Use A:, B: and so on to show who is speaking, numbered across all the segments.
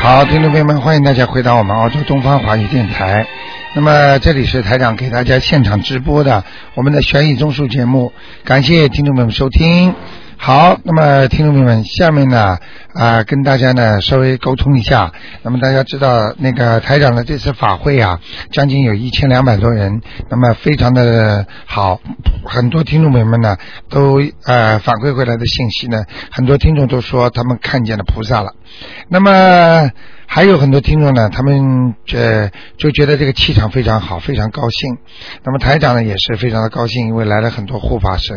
A: 好，听众朋友们，欢迎大家回到我们澳洲东方华语电台。那么这里是台长给大家现场直播的我们的悬疑综述节目，感谢听众朋友们收听。好，那么听众朋友们，下面呢啊、跟大家呢稍微沟通一下。那么大家知道那个台长的这次法会啊，将近有一千两百多人，那么非常的好，很多听众朋友们呢都呃反馈回来的信息呢，很多听众都说他们看见了菩萨了。那么还有很多听众呢，他们呃就觉得这个气场非常好，非常高兴。那么台长呢也是非常的高兴，因为来了很多护法神。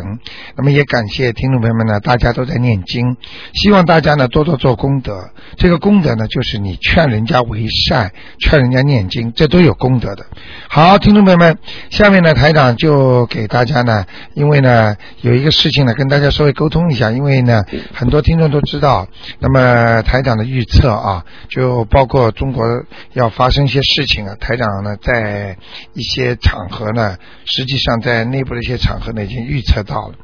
A: 那么也感谢听众朋友们呢，大家都在念经，希望大家呢多多做功德。这个功德呢，就是你劝人家为善，劝人家念经，这都有功德的。好，听众朋友们，下面呢台长就给大家呢，因为呢有一个事情呢跟大家稍微沟通一下，因为呢很多听众都知道，那么台长的预测啊，就包括中国要发生一些事情啊，台长呢在一些场合呢，实际上在内部的一些场合呢已经预测到了。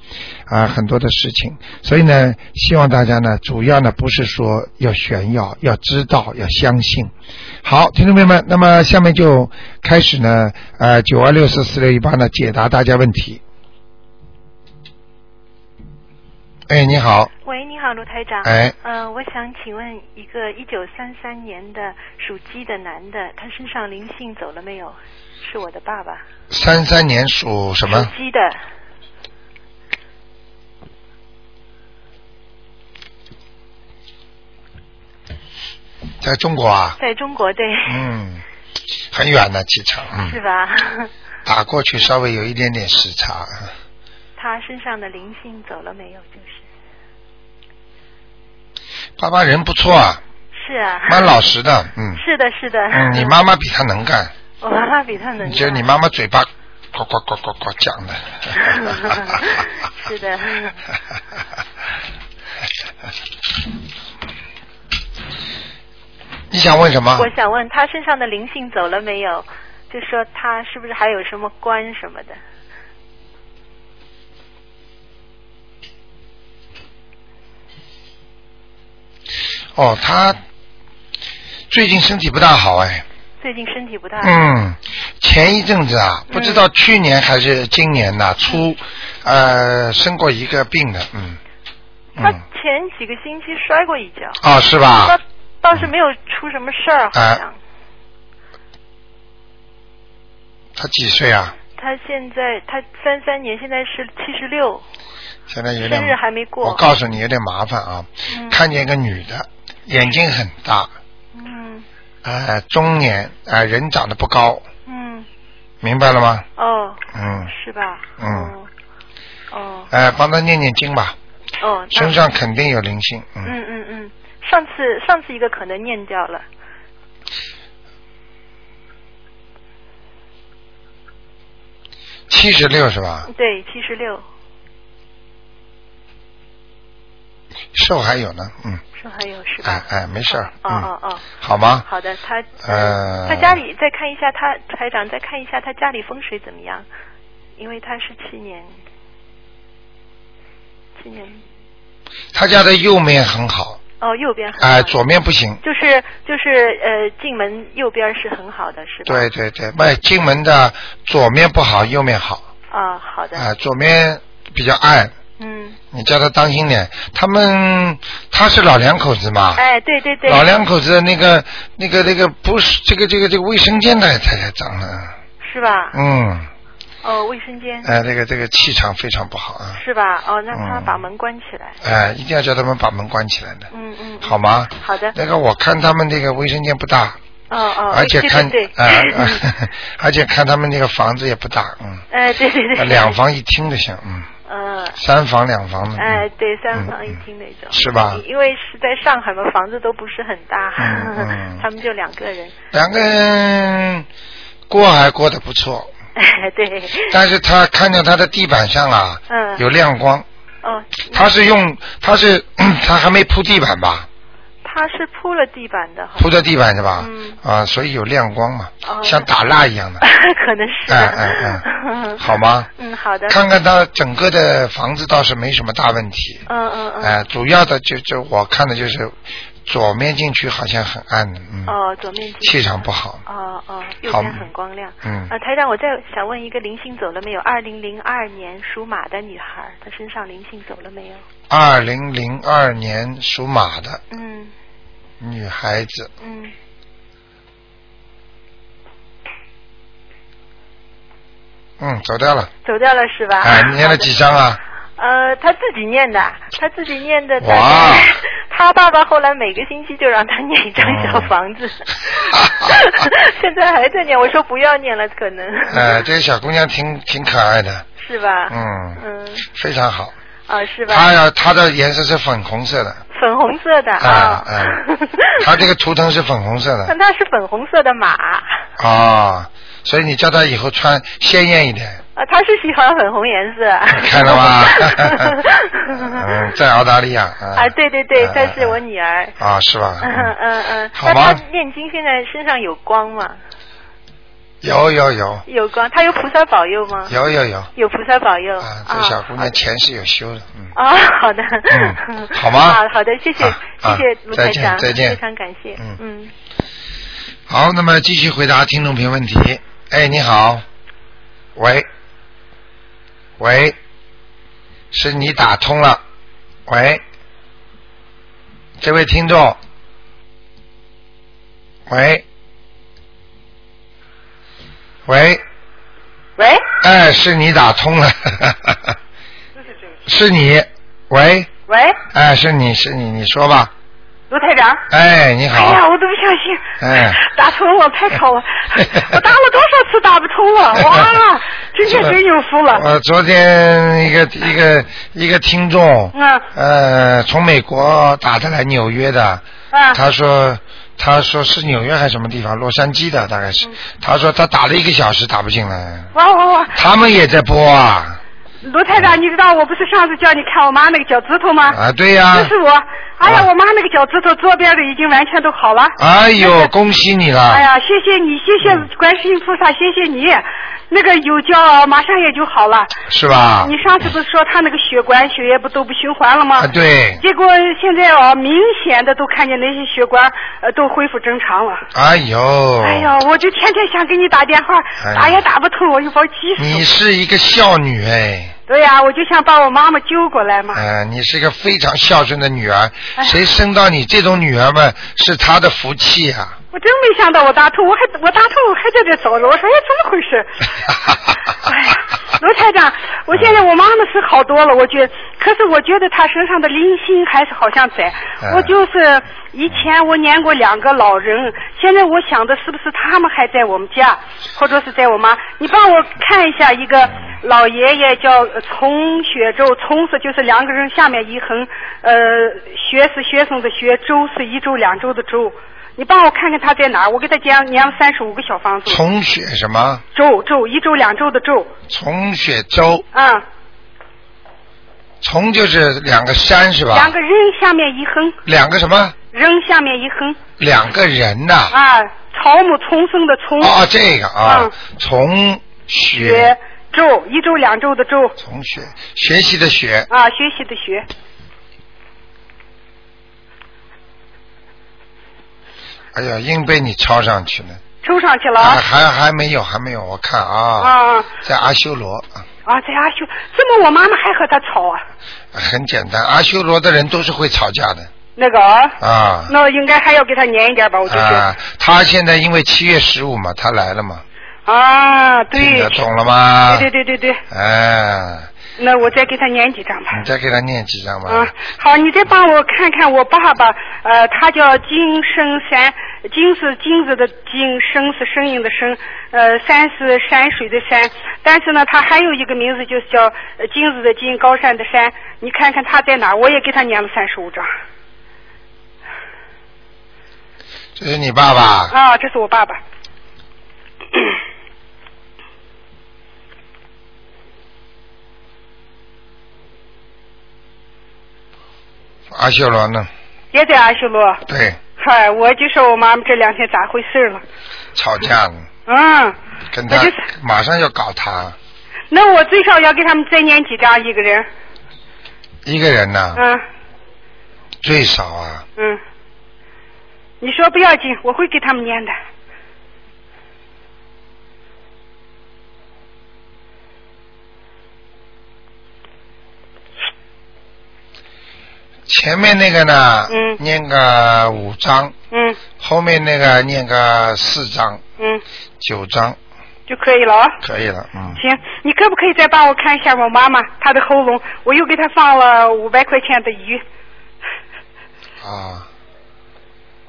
A: 啊很多的事情，所以呢，希望大家呢，主要呢不是说要炫耀，要知道，要相信。好，听众朋友们，那么下面就开始呢，呃，九二六四四六一八呢解答大家问题。哎，你好，
B: 喂，你好，卢台长。
A: 哎，
B: 呃，我想请问一个一九三三年的属鸡的男的，他身上灵性走了没有？是我的爸爸。
A: 三三年属什么？
B: 属鸡的，
A: 在中国啊？
B: 在中国对，
A: 嗯，很远的机场，
B: 是
A: 嗯，
B: 吧？
A: 打过去稍微有一点点时差。嗯
B: 他身上的灵性走了没有？就是
A: 爸爸人不错啊，
B: 是啊，
A: 蛮老实的，嗯。
B: 是的，是的。
A: 嗯，你妈妈比他能干，
B: 我妈妈比他能干。
A: 就你妈妈嘴巴呱呱呱呱呱讲的。
B: 是的。
A: 你想问什么？
B: 我想问他身上的灵性走了没有？就说他是不是还有什么关什么的？
A: 哦，他最近身体不大好哎。
B: 最近身体不太好。
A: 嗯，前一阵子
B: 嗯
A: 啊，不知道去年还是今年呐、出呃生过一个病的，嗯
B: 他
A: 嗯
B: 前几个星期摔过一跤，
A: 啊、嗯是吧
B: 倒？倒是没有出什么事儿，好像。
A: 他几岁啊？
B: 他现在他三三年，现在是七十六，
A: 现在有点
B: 生日还没过。
A: 我告诉你有点麻烦啊，
B: 嗯
A: 看见一个女的，眼睛很大，
B: 嗯
A: 呃，中年，呃，人长得不高，
B: 嗯
A: 明白了吗？
B: 哦，
A: 嗯，
B: 是吧？
A: 嗯
B: 哦哦
A: 呃，帮他念念经吧，
B: 哦，那
A: 身上肯定有灵性，嗯，
B: 嗯嗯嗯，上次上次一个可能念掉了，
A: 七十六是吧？
B: 对，七十六
A: 寿还有呢，嗯，
B: 是还有是
A: 哎
B: 吧？
A: 哎，没事儿，
B: 哦
A: 嗯，
B: 哦哦，
A: 好吗？
B: 好的，他
A: 呃
B: 他家里再看一下他台长再看一下他家里风水怎么样，因为他是七年，七年
A: 他家的右面很好，
B: 哦右边很好
A: 哎，左面不行，
B: 就是就是呃进门右边是很好的是吧？
A: 对对对，外进门的左面不好，右面好，
B: 啊好的
A: 哎，左面比较暗，
B: 嗯
A: 你叫他当心点。他们他是老两口子嘛，
B: 哎对对对
A: 啊老两口子的那个那个那个不是这个这个这个卫生间的太太脏了，
B: 是吧？
A: 嗯，
B: 哦卫生间
A: 哎，这个这个气场非常不好啊，
B: 是吧？哦那他
A: 嗯
B: 把门关起来，
A: 哎，一定要叫他们把门关起来的，
B: 嗯嗯嗯
A: 好吗？
B: 好的
A: 那个我看他们这个卫生间不大，
B: 哦哦
A: 而且
B: 对
A: 看
B: 对对嗯
A: 啊，啊而且看他们那个房子也不大，嗯，
B: 哎对对对
A: 两房一厅的像，嗯，
B: 嗯。
A: 三房两房的，
B: 哎
A: 嗯，
B: 对，三房一厅那种，
A: 是吧
B: 因为是在上海嘛，房子都不是很大，
A: 嗯 嗯
B: 他们就两个人。
A: 两个人过还过得不错，
B: 哎，对，
A: 但是他看见他的地板上啊，
B: 嗯
A: 有亮光，
B: 哦，
A: 他是用他是嗯他还没铺地板吧，
B: 他是铺了地板的，好
A: 铺的地板是吧？
B: 哦嗯
A: 啊，所以有亮光嘛，
B: 哦
A: 像打蜡一样的，
B: 像 可能是。
A: 哎哎 哎，好吗？
B: 嗯，好的。
A: 看看他整个的房子倒是没什么大问题，哎
B: 嗯嗯嗯。
A: 哎，主要的就就我看的就是左面进去好像很暗的，嗯，
B: 哦，左面积
A: 气场不好。
B: 哦哦，右
A: 好
B: 边很光亮。
A: 嗯
B: 呃，台长，我再想问一个灵性走了没有？二零零二年属马的女孩，她身上灵性走了没有？
A: 二零零二年属马的
B: 嗯
A: 女孩子，
B: 嗯，
A: 嗯，走掉了。
B: 走掉了是吧？
A: 哎，你念了几张 啊？
B: 呃，他自己念的，他自己念的。
A: 哇
B: 但是他爸爸后来每个星期就让他念一张
A: 嗯
B: 小 房子，现在还在念。我说不要念了，可能、
A: 呃，这个小姑娘挺挺可爱的，
B: 是吧？
A: 嗯
B: 嗯
A: 非常好。
B: 啊，是吧？
A: 她要她的颜色是粉红色的，
B: 粉红色的
A: 啊
B: 啊
A: 啊，她这个图腾是粉红色的
B: 但他是粉红色的马
A: 啊，所以你叫她以后穿鲜艳一点，
B: 啊，他是喜欢粉红颜色。
A: 看到 吗？嗯，在澳大利亚啊
B: 啊，对对对
A: 啊，
B: 她是我女儿。
A: 啊，是吧？
B: 嗯
A: 嗯
B: 嗯嗯，
A: 好
B: 那
A: 吧
B: 她念经现在身上有光吗？
A: 有有有
B: 有光，她有菩萨保佑吗？
A: 有有有
B: 有菩萨保佑
A: 啊，这小姑
B: 哦
A: 娘前世有修的，嗯。
B: 啊，好的，
A: 嗯好吗
B: 啊 好的，谢谢，
A: 啊啊
B: 谢谢卢
A: 再
B: 台
A: 见
B: 长，
A: 再见
B: 非常感谢，
A: 嗯
B: 嗯，
A: 好，那么继续回答听众朋友问题。哎，你好，喂，喂，是你打通了，喂，这位听众，喂，喂，
B: 喂，
A: 哎，是你打通了， 是你，喂，
B: 喂，
A: 哎，是你是你，你说吧，
B: 卢台长，
A: 哎，你
B: 哎呀，
A: 好，
B: 我都不小心，
A: 哎，
B: 打通了，太好了，我打了多少次打不通了， 哇，今天真有福了，
A: 呃，昨天一个一个一个听众，
B: 嗯
A: 呃，从美国打的来纽约的，
B: 啊，
A: 他说他说是纽约还是什么地方，洛杉矶的大概
B: 嗯
A: 是，他说他打了一个小时打不进来，
C: 哇哇哇！
A: 他们也在播啊，
C: 卢台长，你知道我不是上次叫你看我妈那个脚趾头吗？
A: 啊，对呀、
C: 这是我，哎呀，我妈那个脚趾头左边的已经完全都好了。
A: 哎呦，恭喜你了，
C: 哎呀，谢谢你，谢
A: 嗯
C: 谢观世音菩萨，谢谢你。那个有胶马上也就好了。
A: 是吧
C: 你？上次不是说他那个血管、血液不都不循环了吗？
A: 啊，对，
C: 结果现在哦，明显的都看见那些血管呃都恢复正常了。
A: 哎呦，
C: 哎呀，我就天天想给你打电话，
A: 哎呀
C: 打也打不通，我就把我急死
A: 你
C: 了。
A: 是一个孝女哎。
C: 对呀、我就想把我妈妈救过来嘛。
A: 嗯、你是一个非常孝顺的女儿，
C: 哎
A: 谁生到你这种女儿们是她的福气啊！
C: 我真没想到我打通，我还我打通我还在这找着，我说哎怎么 回事？哎呀，卢台长，我现在我妈妈是好多了，我觉得，可是我觉得她身上的灵性还是好像在。
A: 嗯
C: 我就是以前我念过两个老人，现在我想的是不是他们还在我们家，或者是在我妈？你帮我看一下一个老爷爷叫呃丛雪洲，丛是就是两个人下面一横，呃，学是学生的学，周是一周两周的周。你帮我看看他在哪儿？我给他念念了三十五个小房子，
A: 从雪什么？
C: 周周一周两周的周，
A: 从雪舟，
C: 嗯。
A: 从就是两个山是吧？
C: 两个人下面一横，
A: 两个什么？
C: 人下面一横
A: 两个人呐、
C: 啊，草木丛生的丛，
A: 哦，这个啊
C: 嗯，
A: 从
C: 学嗯
A: 雪，
C: 周一周两周的周
A: 从雪，学习的学，
C: 啊，学习的学
A: 哎呀，硬被你抄上去了，
C: 抽上去了
A: 还
C: 啊
A: 还还没有，还没有，我看啊，
C: 啊
A: 在阿修罗啊，
C: 啊！在阿修，这么我妈妈还和他吵啊？
A: 很简单，阿修罗的人都是会吵架的
C: 那个啊，
A: 啊。
C: 那应该还要给他念一点吧？我就觉得
A: 啊，他现在因为七月十五嘛，他来了嘛，
C: 啊，
A: 听
C: 对
A: 得，懂了吗？
C: 对对对对对，
A: 哎，
C: 那我再给他念几张吧
A: 你。再给他念几张吧。
C: 啊，好，你再帮我看看我爸爸，呃，他叫金生山，金是金子的金，声是声音的声，呃，山是山水的山，但是呢，他还有一个名字就是叫呃金子的金，高山的山。你看看他在哪儿？我也给他念了三十五章。
A: 这是你爸爸，
C: 啊，这是我爸爸。
A: 阿修罗呢？
C: 也在阿修罗，
A: 对，
C: 嗨，我就说我妈妈这两天咋回事了？
A: 吵架呢，
C: 嗯，
A: 跟他
C: 我就是
A: 马上要搞他
C: 那我最少要给他们再念几张一个人。
A: 一个人呢，
C: 嗯
A: 最少啊
C: 嗯，你说不要紧，我会给他们念的。
A: 前面那个呢，
C: 嗯
A: 念个五章，
C: 嗯
A: 后面那个念个四章、
C: 嗯，
A: 九章，
C: 就可以了啊。
A: 可以了，嗯。
C: 行，你可不可以再帮我看一下我妈妈她的喉咙？我又给她放了五百块钱的鱼，
A: 啊，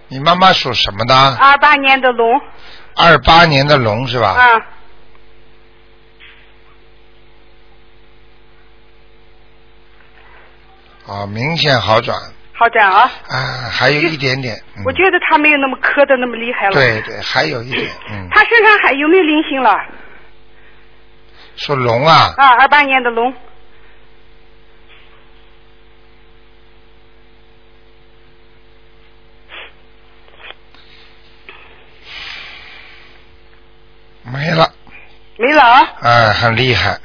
A: 你妈妈属什么的？
C: 二八年的龙
A: 二八年的龙是吧？
C: 啊，
A: 啊，明显好转
C: 好转啊。
A: 啊，还有一点点。嗯
C: 我觉得她没有那么磕的那么厉害了。。
A: 对对，还有一点，嗯，
C: 她身上还有没有灵性了？
A: 属龙啊，
C: 啊，二八年的龙，
A: 没了，
C: 没了啊。
A: 啊，很厉害。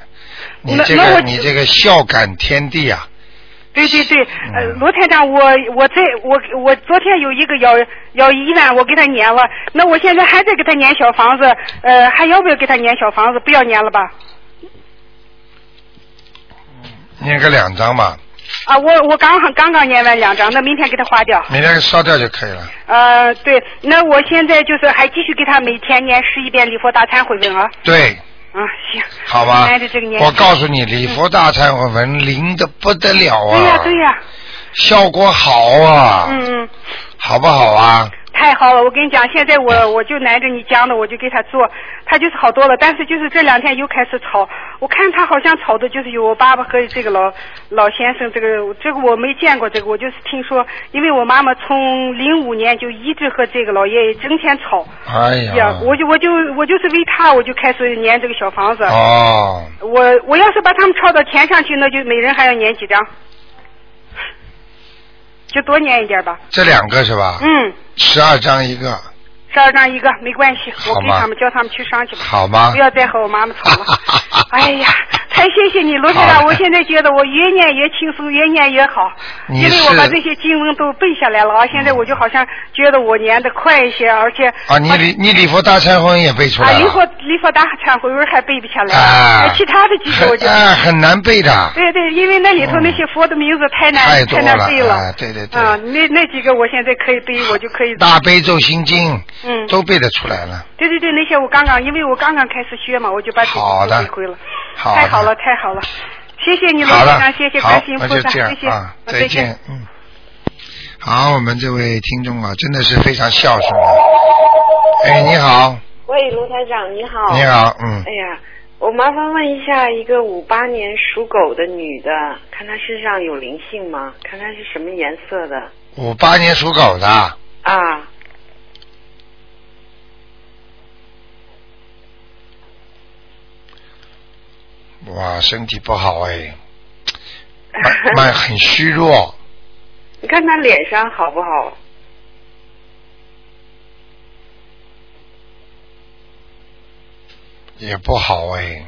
A: 你
C: 那
A: 这
C: 那
A: 个
C: 我
A: 你这个孝感天地啊，
C: 对对对，呃，
A: 嗯
C: 罗台长，我我在我我昨天有一个要要一万，我给他撵了，那我现在还在给他撵小房子，呃，还要不要给他撵小房子？不要撵了吧？
A: 念个两张吧，
C: 啊，我我刚刚刚撵完两张，那明天给他花掉。
A: 你那个烧掉就可以了。
C: 呃，对，那我现在就是还继续给他每天念十一遍礼佛大忏悔文啊。
A: 对，
C: 嗯，行。
A: 好吧
C: 现在的这个年。纪。
A: 我告诉你，礼佛大忏悔文灵的不得了啊，
C: 对呀、对呀、
A: 效果好啊，
C: 嗯嗯，
A: 好不好啊？
C: 太好了！我跟你讲，现在我
A: 嗯
C: 我就拿着你讲的，我就给他做，他就是好多了。但是就是这两天又开始吵，我看他好像吵的就是有我爸爸和这个老老先生，这个这个我没见过，这个我就是听说，因为我妈妈从零五年就一直和这个老爷爷整天吵。
A: 哎呀
C: 呀，，我就我就我就是为他，我就开始粘这个小房子。
A: 哦，
C: 我我要是把他们抄到天上去，那就每人还要粘几张，就多粘一点吧。
A: 这两个是吧？
C: 嗯，
A: 十二张一个，
C: 十二张一个没关系，我
A: 好
C: 给
A: 吧
C: 他们叫他们去上去吧，
A: 好吗
C: 不？要再和我妈妈吵 了。哎呀，太谢谢你，罗先
A: 好
C: 长，
A: 的
C: 我现在觉得我越念越轻松，越念越好，
A: 你
C: 因为我把
A: 是嗯
C: 这些经文都背下来了啊。现在我就好像觉得我念的快一些，而且
A: 啊，你礼你礼佛大忏悔文也背出
C: 啊，
A: 来
C: 离
A: 了。
C: 佛离佛大忏悔文还背不下来，
A: 啊
C: 哎其他的几首我就
A: 很。啊很难背的。
C: 对对，因为那里头那些佛的名字太难、
A: 嗯太多
C: 太
A: 了
C: 难背了。
A: 哎对对对
C: 啊，那那几个我现在可以背，我就可以。
A: 大悲咒心经
C: 嗯，
A: 都背得出来了。
C: 对对对，那些我刚刚，因为我刚刚开始学嘛，我就把这
A: 好
C: 些
A: 的
C: 都背会了。
A: 好的
C: 太好了，太好了，谢谢你罗
A: 好
C: 先
A: 了
C: 生，，谢谢
A: 好
C: 观世，音
A: 那
C: 菩
A: 就
C: 萨，
A: 这样
C: 谢谢，
A: 啊，
C: 嗯
A: 再见，嗯。好，我们这位听众啊，真的是非常孝顺啊。哎，你好，
D: 喂，卢台长，你好。
A: 你。好，嗯
D: 哎，呀，我麻烦问一下，一个五八年属狗的女的，看她身上有灵性吗？看她是什么颜色的
A: 五八年属狗的，
D: 啊？
A: 哇，身体不好哎，蛮蛮很虚弱，
D: 你看她脸上好不好？
A: 也不好哎，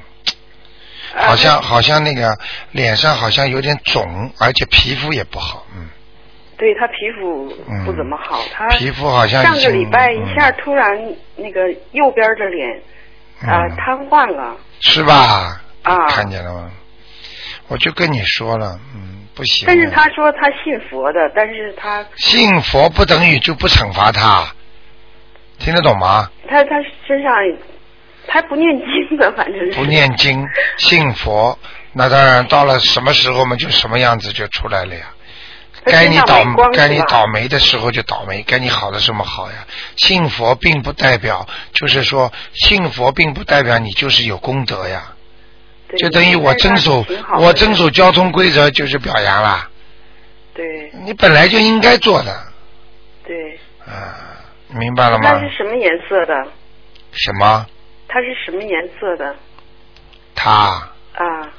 D: 啊
A: 好像好像那个脸上好像有点肿，而且皮肤也不好，嗯。
D: 对她皮肤不怎么好，她
A: 皮肤好像
D: 呃上
A: 已
D: 个
A: 经
D: 礼拜一下
A: 嗯
D: 突然那个右边的脸啊、
A: 嗯
D: 瘫痪了
A: 是吧？
D: 啊。
A: 看见了吗？我就跟你说了，嗯，不行的。
D: 但是她说她信佛的，但是她
A: 信佛不等于就不惩罚他，听得懂吗？
D: 她她身上她不念经的，反正是
A: 不念 经，信佛，那当然到了什么时候嘛，就什么样子就出来了呀。
D: 他
A: 该
D: 身
A: 你
D: 上
A: 倒
D: 没光
A: 该
D: 是
A: 你
D: 吧
A: 倒霉的时候就倒霉，该你好的时候好呀。信佛并不代表，就是说信佛并不代表你就是有功德呀。
D: 对
A: 就等于我遵守
D: 但是她挺好的
A: 我遵守交通规则就是表扬啦，
D: 对
A: 你本来就应该做的
D: 对。
A: 啊，明白了
D: 它
A: 吗
D: 是？什么颜色的？
A: 什么？
D: 它是什么颜色的？
A: 他
D: 啊，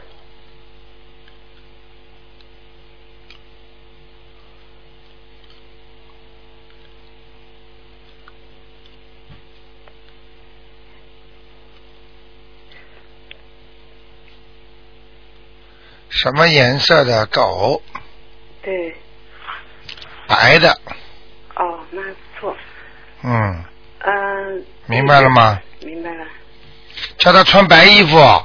A: 什么颜色的狗？
D: 对，
A: 白的，
D: 哦，那还不错。
A: 嗯，
D: 嗯、
A: 明白了吗？
D: 明白了。
A: 叫他穿白衣服，
D: 啊、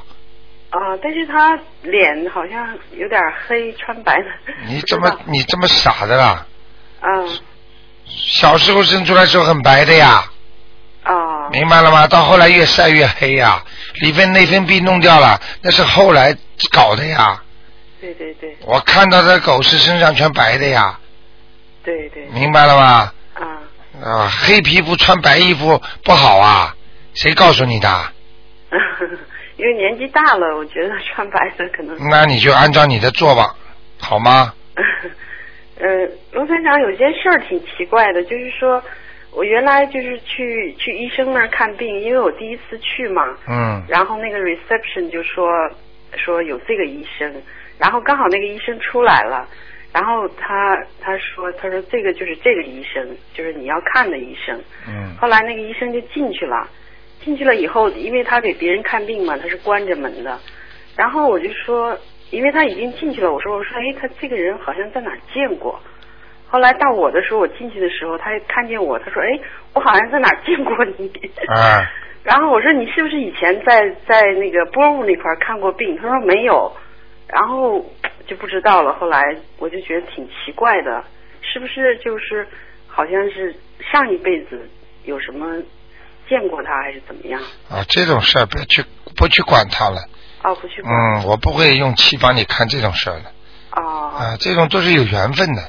D: 但是他脸好像有点黑，穿白的。
A: 你
D: 不知
A: 这么
D: 道？
A: 你这么傻的啦？
D: 嗯，
A: 小时候生出来时候很白的呀，
D: 啊、
A: 明白了吗？到后来越晒越黑呀，里边内分泌弄掉了，那是后来搞的呀。
D: 对对对
A: 我看到的狗是身上全白的呀，
D: 对对，
A: 明白了吗？
D: 啊、
A: 啊，黑皮肤穿白衣服不好啊，谁告诉你的？
D: 因为年纪大了，我觉得穿白的可能。
A: 那你就按照你的做吧，好吗？
D: 呃，罗团长有件事儿挺奇怪的，就是说我原来就是去去医生那儿看病，因为我第一次去嘛，
A: 嗯
D: 然后那个 reception 就说说有这个医生，然后刚好那个医生出来了，然后他他说他说这个就是这个医生，就是你要看的医生。
A: 嗯
D: 后来那个医生就进去了，进去了以后，因为他给别人看病嘛，他是关着门的。然后我就说，因为他已经进去了，我说我说哎，他这个人好像在哪儿见过。后来到我的时候，我进去的时候，他看见我，他说哎，我好像在哪儿见过你。
A: 啊，
D: 然后我说你是不是以前在在那个波务那块儿看过病？他说没有，然后就不知道了。后来我就觉得挺奇怪的，是不是就是好像是上一辈子有什么见过他还是怎么样？
A: 啊，这种事儿不要去不去管它了。
D: 哦，不去管。
A: 嗯，我不会用气帮你看这种事儿的。
D: 哦
A: 啊，这种都是有缘分的，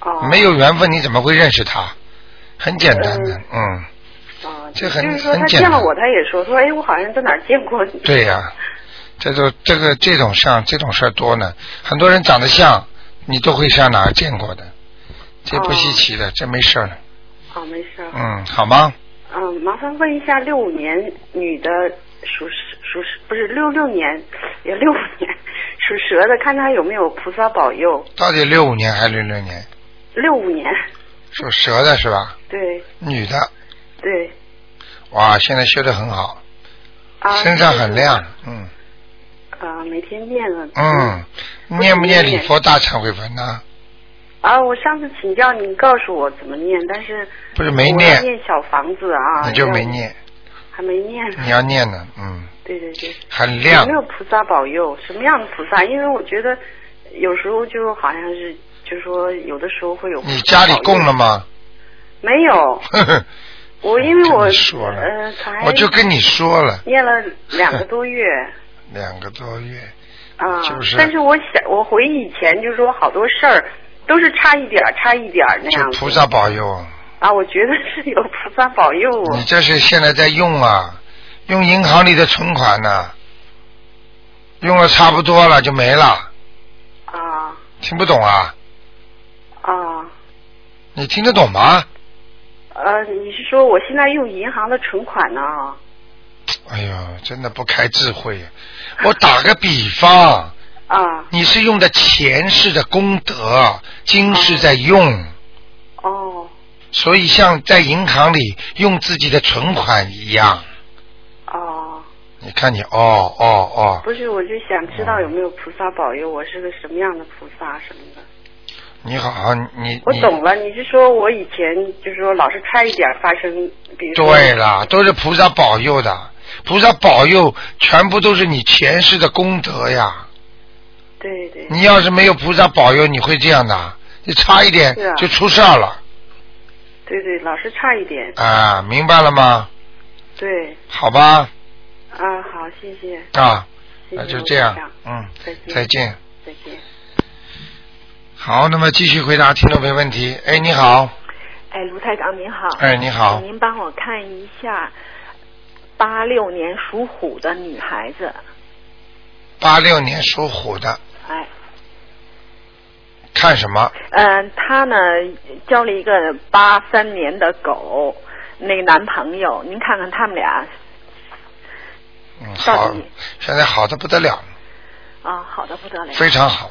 D: 哦。
A: 没有缘分你怎么会认识他？很简单的，嗯，
D: 哦，
A: 这很
D: 就是说
A: 很
D: 他
A: 简
D: 见了
A: 单
D: 我，他也说说哎，我好像在哪儿见过你。
A: 对呀、这种这个这种像这种事儿多呢，很多人长得像，你都会上哪儿见过的，这不稀奇的，这没事儿了，
D: 哦，没事儿。
A: 嗯，好吗？
D: 嗯，麻烦问一下，六五年女的属蛇属蛇不是六六年，也六五年属蛇的，看她有没有菩萨保佑。
A: 到底六五年还是六六年？
D: 六五年，
A: 属蛇的是吧？
D: 对
A: 女的，
D: 对
A: 哇，现在修的很好，
D: 啊，
A: 身上很亮，嗯
D: 啊，每天念了
A: 嗯，念不念礼佛大忏悔文呢？
D: 啊，我上次请教您告诉我怎么念，但是
A: 不是没
D: 我要
A: 念
D: 念，小房子啊，
A: 你就没
D: 要，
A: 念，
D: 还没念，
A: 你要念呢，嗯，
D: 对对对，
A: 很亮
D: 有没，有菩萨保佑？什么样的菩萨？因为我觉得有时候就好像是，就说有的时候会有。
A: 你家里供了？吗？
D: 没有，
A: 呵呵，
D: 我因为我
A: 跟你说了
D: 呃才
A: 我就跟你说了，
D: 念了两个多月
A: 两个多月，
D: 啊，
A: 就是
D: 但是我想我回忆以前就是我好多事儿都是差一点儿差一点儿那样
A: 就
D: 子
A: 菩萨保佑，
D: 啊，我觉得是有菩萨保佑我
A: 你这是现在在用啊，用银行里的存款呢、用了差不多了就没了，
D: 啊
A: 听不懂啊？
D: 啊
A: 你听得懂吗？
D: 呃，你是说我现在用银行的存款呢？
A: 哎呦，真的不开智慧。我打个比方，
D: 啊
A: 你是用的前世的功德，今世在用，
D: 哦
A: 所以像在银行里用自己的存款一样。
D: 哦，
A: 你看你，哦哦哦，
D: 不是，我就想知道有没有菩萨保佑我是个什么样的菩萨什么的。
A: 你好好，你
D: 我
A: 你
D: 懂了，你是说我以前就是说老是差一点儿发生，比如说
A: 对了，都是菩萨保佑的，菩萨保佑全部都是你前世的功德呀。
D: 对对
A: 你要是没有菩萨保佑，你会这样的，你差一点
D: 是啊
A: 就出事儿了
D: 对对，老是差一点。
A: 啊，明白了吗？
D: 对
A: 好吧，
D: 啊，好，谢谢，
A: 啊，
D: 谢
A: 那
D: 谢罗
A: 就这样
D: 台长，
A: 嗯，
D: 再见，
A: 再，见。
D: 再见。
A: 好，那么继续回答听众朋友问题。哎，你好，
E: 哎，卢台长您好。
A: 哎，你好，
D: 嗯
E: 您帮我看一下，八六年属虎的女孩子，
A: 八六年属虎的，
E: 哎，
A: 看什么？
E: 嗯、她呢交了一个八三年的狗，那个男朋友，您看看他们俩
A: 嗯，
E: 到
A: 好
E: 底，
A: 现在好的不得了，
E: 啊，好的不得
D: 嗯
E: 了。
A: 非常好。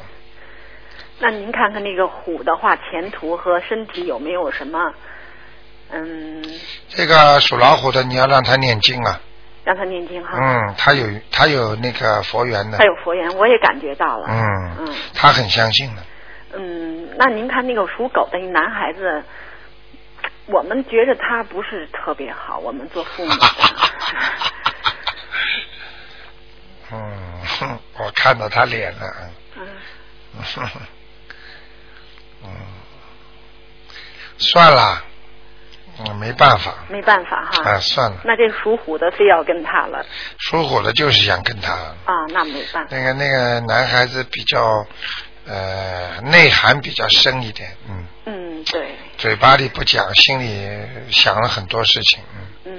E: 那您看看那个虎的话，前途和身体有没有什么？嗯，
A: 这个属老虎的，你要让他念经啊。
E: 让他念经哈。
A: 嗯，他有他有那个佛缘的
E: 他，有佛缘，我也感觉到了。
A: 哎嗯
E: 嗯，
A: 他很相信的。
E: 嗯，那您看那个属狗的那男孩子，我们觉着他不是特别好，我们做父母 的。
A: 嗯，哼我看到他脸了。
E: 嗯
A: 嗯哼哼嗯，算了，嗯，没办法，
E: 没办法哈。
A: 啊，算了，
E: 那这属虎的非要跟他了
A: 属虎的就是想跟他。
E: 啊，那没办法。
A: 那个那个男孩子比较，呃，内涵比较深一点，嗯，
E: 嗯，对，
A: 嘴巴里不讲，心里想了很多事情，嗯，
E: 嗯，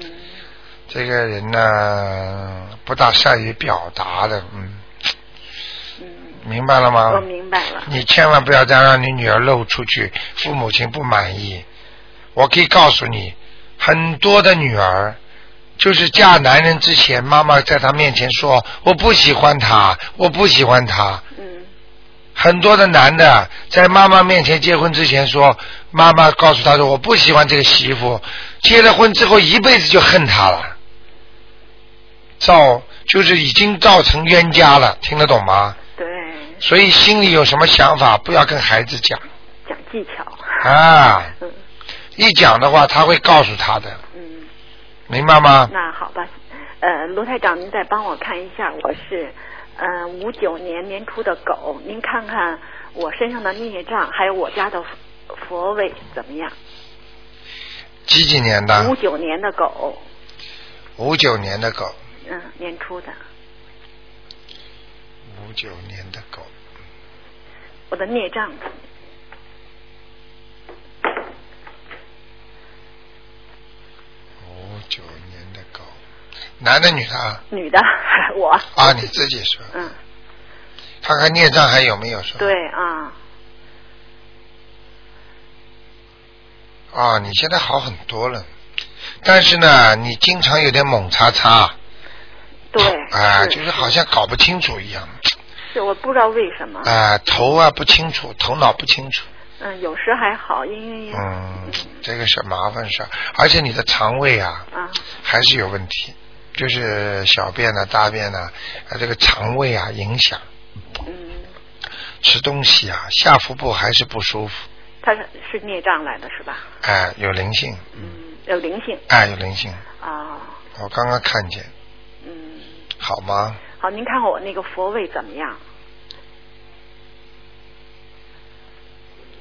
A: 这个人呢不大善于表达的，嗯，
E: 嗯，
A: 明白了吗？
E: 我明白了。
A: 你千万不要再让你女儿露出去，父母亲不满意。我可以告诉你，很多的女儿就是嫁男人之前，妈妈在她面前说我不喜欢他，我不喜欢他。
E: 嗯
A: 很多的男的啊在妈妈面前结婚之前说，妈妈告诉他说我不喜欢这个媳妇，结了婚之后一辈子就恨她了，造就是已经造成冤家了，听得懂吗？，
E: 对，
A: 所以心里有什么想法，不要跟孩子讲
E: 讲技巧。
A: 啊！
E: 嗯
A: 一讲的话，他会告诉他的，
E: 嗯，
A: 明白吗？
E: 那好吧。呃，卢台长，您再帮我看一下，我是呃五九年年初的狗，您看看我身上的孽障，还有我家的佛佛位怎么样？
A: 几几年
E: 五
A: 的？
E: 九年的狗，
A: 五九年的狗，
E: 嗯，年初的，
A: 五九年的狗，
E: 我的孽障怎么样
A: 五九年的狗，男的女的啊？
E: 女的， 我，
A: 啊，你自己说，
E: 嗯，
A: 看看孽障还有没有说？。
E: 对啊，
A: 啊，你现在好很多了，但是呢，你经常有点猛擦擦，
E: 对，
A: 啊，
E: 是
A: 就是好像搞不清楚一样，
E: 是，我不知道为什么，
A: 啊，头啊不清楚，头脑不清楚。
E: 嗯，有时还好，因为
A: 嗯，这个是麻烦事儿，而且你的肠胃啊
E: 啊，
A: 还是有问题，就是小便呐、大便呐、啊，这个肠胃啊影响
E: 嗯，
A: 吃东西啊，下腹部还是不舒服，
E: 它是是孽障来的是吧？
A: 哎，有灵性，
E: 嗯，有灵性
A: 哎，有灵性，
E: 啊，
A: 我刚刚看见，
E: 嗯，
A: 好吗？
E: 好，您看我那个佛位怎么样？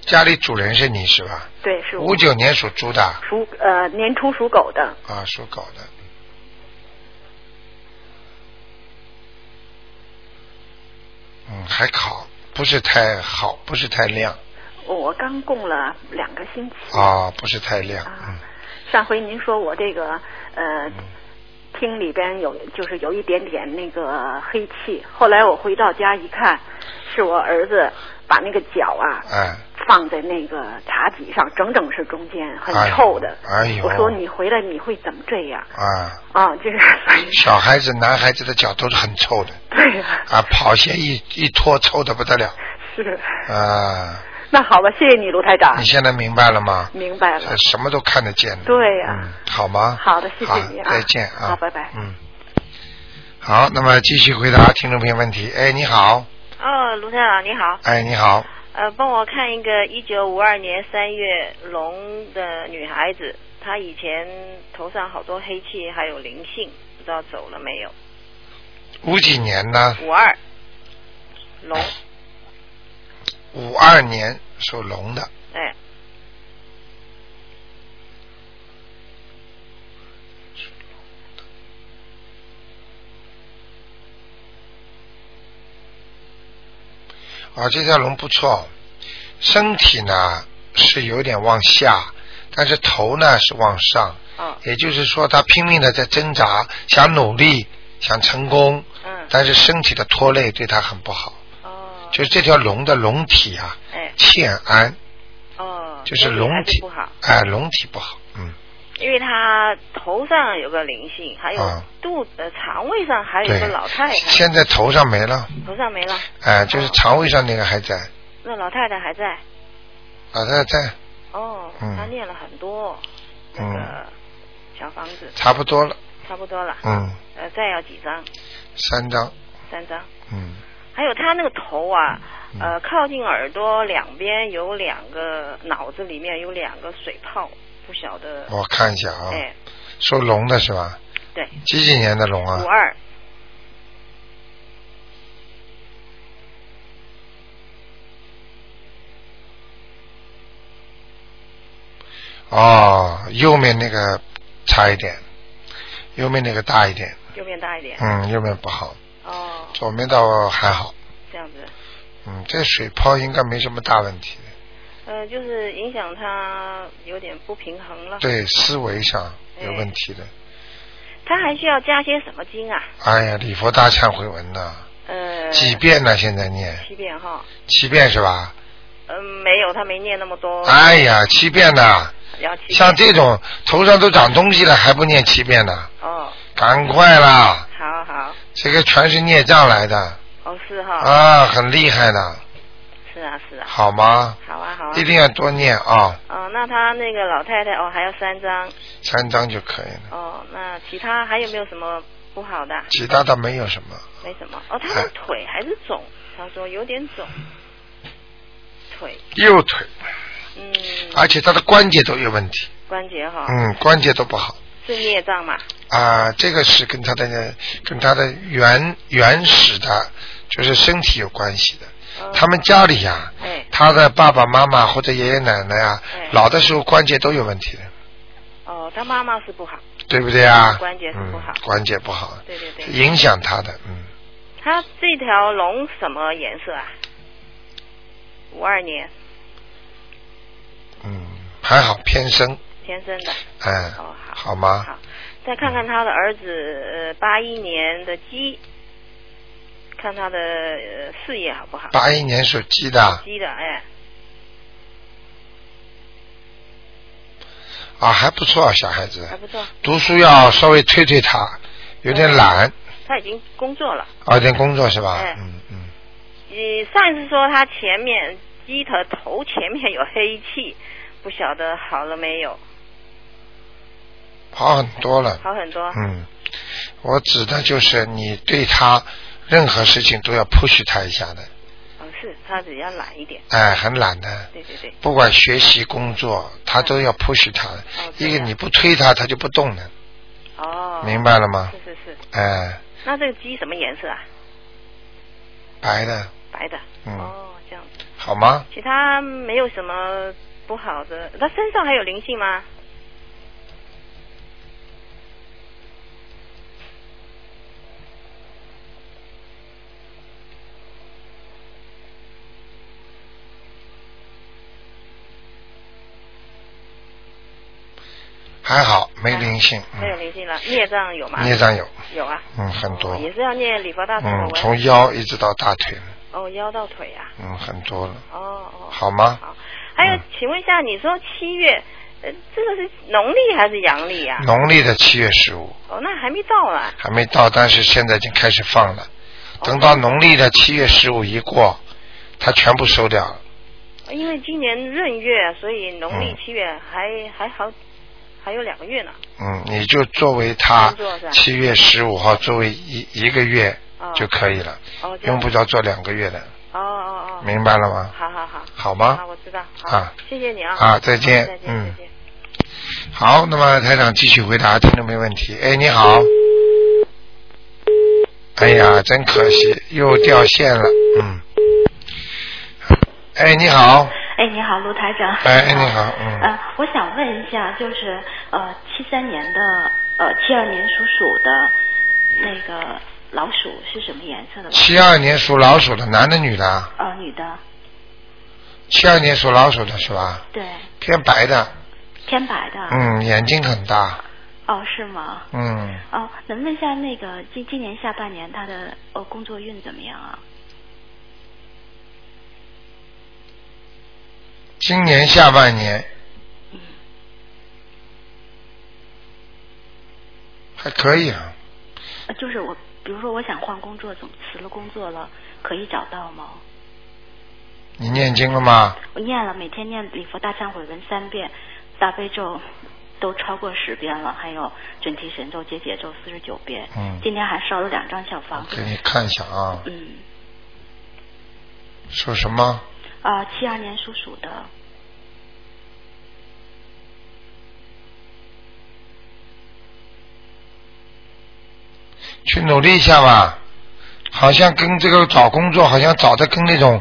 A: 家里主人是你是吧？
E: 对，是
A: 五
E: 我
A: 九年属猪的
E: 属呃年初属狗的，
A: 啊，属狗的。嗯，还好，不是太好，不是太亮。
E: 我刚供了两个星期
A: 啊、不是太亮，
E: 啊
A: 嗯，
E: 上回您说我这个呃厅里边有就是有一点点那个黑气，后来我回到家一看，是我儿子把那个脚啊
A: 哎，
E: 放在那个茶几上，整整是中间，很臭的。
A: 哎呦哎呦
E: 我说你回来你会怎么这样
A: 啊，
E: 啊？这是
A: 小孩子、男孩子的脚都是很臭的，
E: 对呀、
A: 啊，跑鞋一一脱，臭的不得了，
E: 是。
A: 啊，
E: 那好吧，谢谢你，卢台长
D: 啊
A: 你，现在明白了吗？
E: 明白了
A: 呃。什么都看得见的。
E: 对呀
A: 嗯，好吗？
E: 啊好的谢谢你啊
A: 再见啊，
E: 好拜拜
A: 嗯，好，那么继续回答听众朋友问题。哎，你好，
F: 哦，卢台长你好，
A: 哎，你好，
F: 呃，帮我看一个一九五二年三月龙的女孩子，她以前头上好多黑气，还有灵性，不知道走了没有？
A: 五几年呢？
F: 五二龙，
A: 五二年属龙的，
F: 哎，
A: 啊，这条龙不错，身体呢是有点往下，但是头呢是往上，
F: 哦，
A: 也就是说他拼命的在挣扎，想努力，想成功，
F: 嗯，
A: 但是身体的拖累对他很不好。
F: 哦，
A: 就是这条龙的龙体啊
F: 哎，
A: 欠安，
F: 哦，
A: 就是
F: 所以
A: 龙
F: 还是
A: 体
F: 不好，
A: 哎、龙体不好，嗯，
F: 因为她头上有个灵性，还有
A: 啊
F: 肚呃肠胃上还有
A: 对
F: 个老太，太，
A: 现在头上没了，
F: 头上没了，
A: 哎、就是
F: 哦
A: 肠胃上那个还在，
F: 那老太太还在，
A: 老太太在，
F: 哦，
A: 嗯
F: 她念了很多那
A: 嗯，
F: 个小房子，
A: 差不多了，
F: 差不多了。
A: 嗯，
F: 呃，再要几张？
A: 三张，
F: 三张。
A: 嗯，
F: 还有他那个头啊，
A: 嗯
F: 呃，靠近耳朵两边有两个，脑子里面有两个水泡，不晓得。
A: 我看一下啊，
F: 哎，
A: 属龙的是吧？
F: 对，
A: 几几年的龙
F: 五
A: 啊？
F: 二
A: 哦，右面那个差一点，右面那个大一点，
F: 右面大一点。
A: 嗯，右面不好，
F: 哦，
A: 左面倒还好，
F: 这样子。
A: 嗯，这水泡应该没什么大问题的，
F: 呃，就是影响他有点不平衡了。
A: 对，思维上有问题的。
F: 他还需要加些什么经啊？
A: 哎呀，礼佛大忏悔文呐，
F: 呃，
A: 几遍呢？现在念
F: 七遍哈。
A: 七遍是吧？
F: 嗯、没有，他没念那么多。
A: 哎呀，七遍呐！
F: 要七遍。
A: 像这种头上都长东西了，还不念七遍呢？
F: 哦，
A: 赶快啦！
F: 好好，
A: 这个全是孽障来的
F: 哦是哈、
A: 啊，很厉害的，
F: 是啊是啊，
A: 好吗？
F: 好啊好啊
A: 一。定要多念啊，
F: 哦，那他那个老太太哦还要三张
A: 三张就可以了，
F: 哦，那其他还有没有什么不好的？
A: 其他的没有什么。
F: 没什么哦，他的腿还是肿，他说有点肿，腿
A: 右腿，
F: 嗯哦
A: 而且他的关节都有问题，
F: 关节哈、
A: 嗯，关节都不好
F: 是孽障嘛？
A: 啊，这个是跟他的跟他的原原始的，就是身体有关系的。
F: 哦、
A: 他们家里呀、
F: 哎
A: 他的爸爸妈妈或者爷爷奶奶啊
F: 哎，
A: 老的时候关节都有问题的，
F: 哦，他妈妈是不好，
A: 对不对啊？
F: 关节是不好
A: 嗯，关节不好，
F: 对对对
A: 影响他的，嗯，
F: 他这条龙什么颜色啊？五二年
A: 嗯，还好偏生，
F: 天生的。
A: 哎，
F: 哦，好，
A: 好吗？
F: 好，再看看他的儿子，呃，八一年的鸡，看他的、呃、事业好不好？
A: 八一年属鸡的
F: 鸡的，哎，
A: 啊，还不错，小孩子
F: 还不错。
A: 读书要稍微推推他，有点懒，
F: 嗯他已经工作了。
A: 啊，有点工作是吧
F: 哎？
A: 嗯嗯，
F: 你上次说他前面鸡的头前面有黑气，不晓得好了没有？
A: 好很多了，
F: 好很多。
A: 嗯，我指的就是你对他任何事情都要 push 他一下的，
F: 哦，是他只要懒一点。
A: 哎，很懒的，
F: 对对对。
A: 不管学习、工作，他都要 push 他。
F: 哦这
A: 一个
F: 样
A: 你不推他，他就不动了，
F: 哦。
A: 明。白了吗
F: 是？是是。
A: 哎，
F: 那这个鸡什么颜色啊？
A: 白的，
F: 白的。
A: 嗯
F: 哦，这样。
A: 好吗？
F: 其他没有什么不好的。他身上还有灵性吗？
A: 还好，没灵性，
F: 还有
A: 嗯，
F: 灵性了，孽障有吗？
A: 孽障有，
F: 有啊，
A: 嗯，很多
F: 哦，也是要念礼佛大忏悔
A: 嗯，
F: 文。
A: 从腰一直到大腿，
F: 哦，腰到腿啊。
A: 嗯，很多了，
F: 哦哦。
A: 好吗？
F: 好，还有
A: 嗯，
F: 哎请问一下，你说七月，呃，这个是农历还是阳历啊？
A: 农历的七月十五
F: 哦，那还没到啊。
A: 还没到，但是现在已经开始放了。等到农历的七月十五一过，他全部收掉了。
F: 因为今年闰月，所以农历
A: 嗯
F: 七月还、还好，还有两个月呢。
A: 嗯，你就作为他
F: 工作是吧
A: 七月十五号作为一一个月
F: 哦
A: 就可以了，
F: 哦，这样
A: 用不着做两个月的，
F: 哦哦哦，
A: 明白了吗？
F: 好好好，
A: 好吗
F: 好，我知道。好
A: 啊，
F: 谢谢你啊。
A: 啊再见
F: 再见，
A: 嗯
F: 再见。
A: 好，那么台长继续回答听众没问题。哎，你好。哎呀，真可惜，又掉线了。嗯。哎，你好。
G: 哎，你好，卢台长。
A: 哎，哎你好，嗯。
G: 呃，我想问一下，就是呃，七三年的呃，七二年属鼠的那个老鼠是什么颜色的？
A: 七二年属老鼠的，男的女的啊？
G: 呃，女的，
A: 七二年属老鼠的是吧？
G: 对，
A: 偏白的，
G: 偏白的。。
A: 嗯，眼睛很大，
G: 哦，是吗？
A: 嗯，
G: 哦，能问一下那个今今年下半年他的呃工作运怎么样啊？
A: 今年下半年
G: 嗯，
A: 还可以啊。
G: 呃就是我，比如说我想换工作，怎么辞了工作了，可以找到吗？
A: 你念经了吗？
G: 我念了，每天念礼佛大忏悔文三遍，大悲咒都超过十遍了，还有准提神咒、解解咒四十九遍。
A: 嗯
G: 今天还烧了两张小房
A: 给
G: 子。
A: 你看一下啊，
G: 嗯，
A: 属什么？
G: 啊、7七二年属鼠的，
A: 去努力一下吧。好像跟这个找工作，好像找的跟那种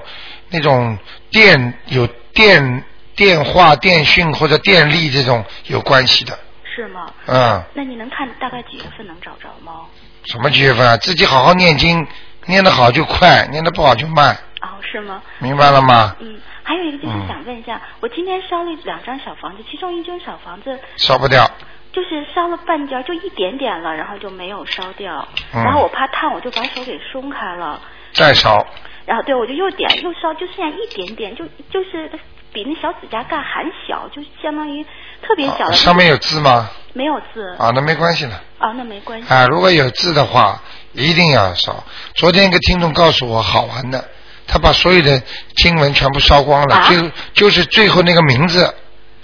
A: 那种电有电电话、电讯或者电力这种有关系的。
G: 是吗？
A: 嗯，
G: 那你能看大概几月份能找着吗？
A: 什么几月份啊？自己好好念经，念得好就快，念得不好就慢，
G: 哦，是吗？
A: 明白了吗？
G: 嗯，还有一个就
A: 嗯
G: 是想问一下，我今天烧了两张小房子，其中一间小房子
A: 烧不掉。
G: 就是烧了半截儿，就一点点了，然后就没有烧掉。
A: 嗯
G: 然后我怕烫，我就把手给松开了。
A: 再烧，
G: 然后对我就又点又烧，就剩下一点点，就就是比那小指甲盖还小，就相当于特别小了。
A: 啊上面有字吗？
G: 没有字
A: 啊，那没关系了。
G: 哦，那没关系。
A: 啊，如果有字的话，一定要烧。昨天一个听众告诉我好玩的，他把所有的经文全部烧光了，
G: 啊
A: 就就是最后那个名字，